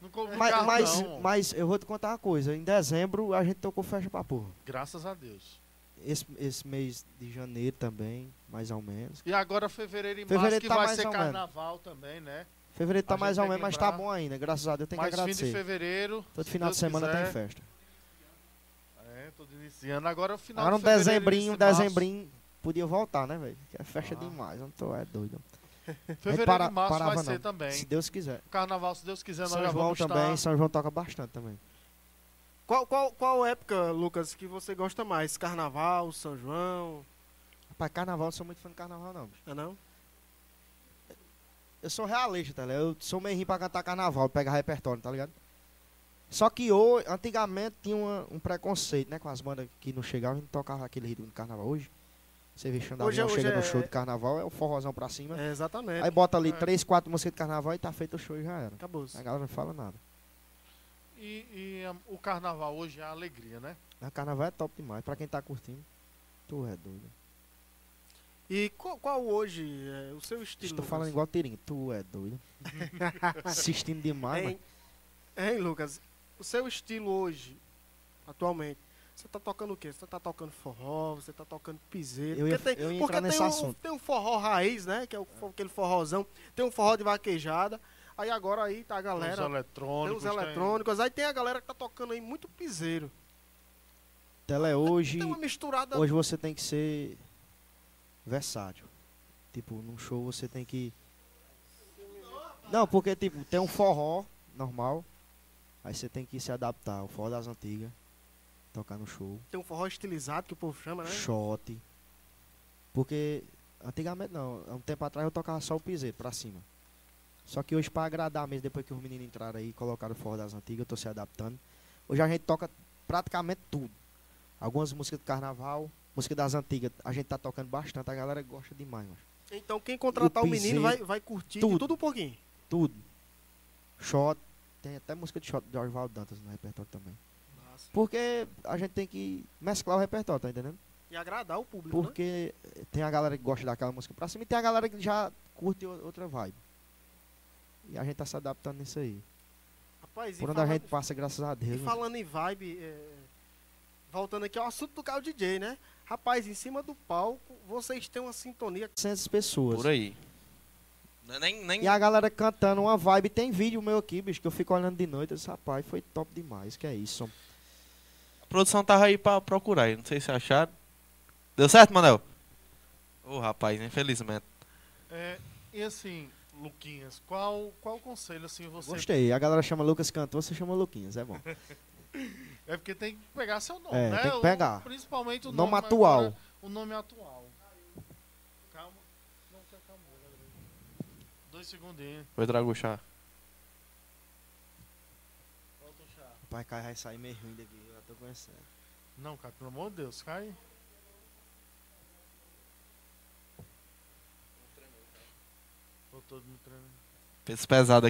Não coube
Ah, Mas,
carro,
mas,
não.
mas eu vou te contar uma coisa, em dezembro a gente tocou festa pra porra.
Graças a Deus.
Esse, esse mês de janeiro também, mais ou menos.
E agora fevereiro e março,
Fevereiro
que
tá
vai
mais
ser
ou menos.
carnaval também, né?
Fevereiro tá
A gente
mais ou
tem
menos,
que
mas tá
lembrar.
bom ainda. Graças a Deus tem que
Mas fim de
agradecer.
fevereiro.
Todo
se
final de
Deus
semana
quiser.
tem festa.
É, todo iniciando. Agora o final
Agora um
de fevereiro,
dezembrinho, um
início de março.
dezembrinho podia voltar, né, velho? Que É festa
Ah.
demais, eu não tô, é doido.
Fevereiro
É, para-
e março
parava
vai ser
não.
também.
Se Deus quiser.
O carnaval, se Deus quiser, nós
São
já
João
vamos
também,
estar...
São João toca bastante também.
Qual, qual, qual época, Lucas, que você gosta mais? Carnaval, São João, é
Rapaz, carnaval, não sou muito fã de carnaval, não. bicho.
não é não?
Eu sou realista, tá ligado? Eu sou meio ruim pra cantar carnaval, pegar repertório, tá ligado? Só que hoje, antigamente tinha uma- um preconceito, né? Com as bandas que não chegavam, a gente tocava aquele ritmo de carnaval hoje. Você vê
Hoje é-
Xandavião
hoje
chega
é-
no show de carnaval, é o forrozão pra cima.
É, exatamente.
Aí bota ali
É.
três, quatro músicas de carnaval e tá feito o show e já era.
Acabou.
A galera não fala nada.
E, e, ah, o carnaval hoje é a alegria, né?
Mas carnaval é top demais, pra quem tá curtindo. Tu é doido.
E qual, qual hoje é o seu estilo?
Estou falando
Lucas?
igual Tirinho, tu é doido. Assistindo demais, mas
Hein, hein, Lucas? O seu estilo hoje, atualmente, você tá tocando o quê? Você tá tocando forró, você tá tocando piseiro?
Eu ia-
porque tem,
eu ia
porque
entrar
tem
nesse
o,
assunto.
tem o forró raiz, né? Que é o, fo- aquele forrozão. Tem um forró de vaquejada. Aí agora aí tá a galera...
os eletrônicos.
tem os eletrônicos. Aí tem a galera que tá tocando aí muito piseiro.
tela é hoje.
Tem uma misturada...
Hoje você tem que ser versátil. Tipo, num show você tem que. Não, porque tipo, tem um forró normal. Aí você tem que se adaptar. O forró das antigas. Tocar no show.
Tem um forró estilizado que o povo chama, né?
Shot. Porque antigamente não. Há um tempo atrás eu tocava só o piseiro pra cima. Só que hoje pra agradar mesmo, depois que os meninos entraram aí e colocaram o forró das antigas, eu tô se adaptando. Hoje a gente toca praticamente tudo. Algumas músicas do carnaval, música das antigas, a gente tá tocando bastante, a galera gosta demais, mano.
Então quem contratar o,
O
menino
piseiro,
vai, vai curtir tudo.
tudo.
tudo um pouquinho.
Tudo. Shot, tem até música de shot de Orval Dantas no repertório também.
Nossa.
Porque a gente tem que mesclar o repertório, tá entendendo?
E agradar o público, né?
Porque tem a galera que gosta daquela música pra cima e tem a galera que já curte o- outra vibe. E a gente tá se adaptando nisso aí.
Rapaz, e
Por onde a
falar-
gente passa, graças a
E
Deus. mano.
falando em vibe, é, voltando aqui ao assunto do carro DJ, né? Rapaz, em cima do palco, vocês têm uma sintonia.
400 pessoas.
Por aí. Não é Nem, nem...
E a galera cantando uma vibe. Tem vídeo meu aqui, bicho, que eu fico olhando de noite. Eu disse, rapaz, foi top demais. Que é isso.
A produção tava aí pra procurar aí. Não sei se acharam. Deu certo, Manel? Ô, rapaz, infelizmente.
É, e assim, Luquinhas, qual, qual conselho assim você.
Gostei. A galera chama Lucas Cantor, você chama Luquinhas. É bom.
É porque tem que pegar seu nome,
É,
né?
tem que
O-
pegar.
principalmente o
Nome
nome
atual.
agora, o nome atual. Calma. Não se acalmou, galera. né? Dois segundinhos.
Vou trago o chá.
Volta o chá.
Rapaz, Caio vai sair meio ruim daqui. Eu já tô conhecendo.
Não, cara, pelo amor de Deus, cai. tá? Tô todo me tremendo.
Peso pesado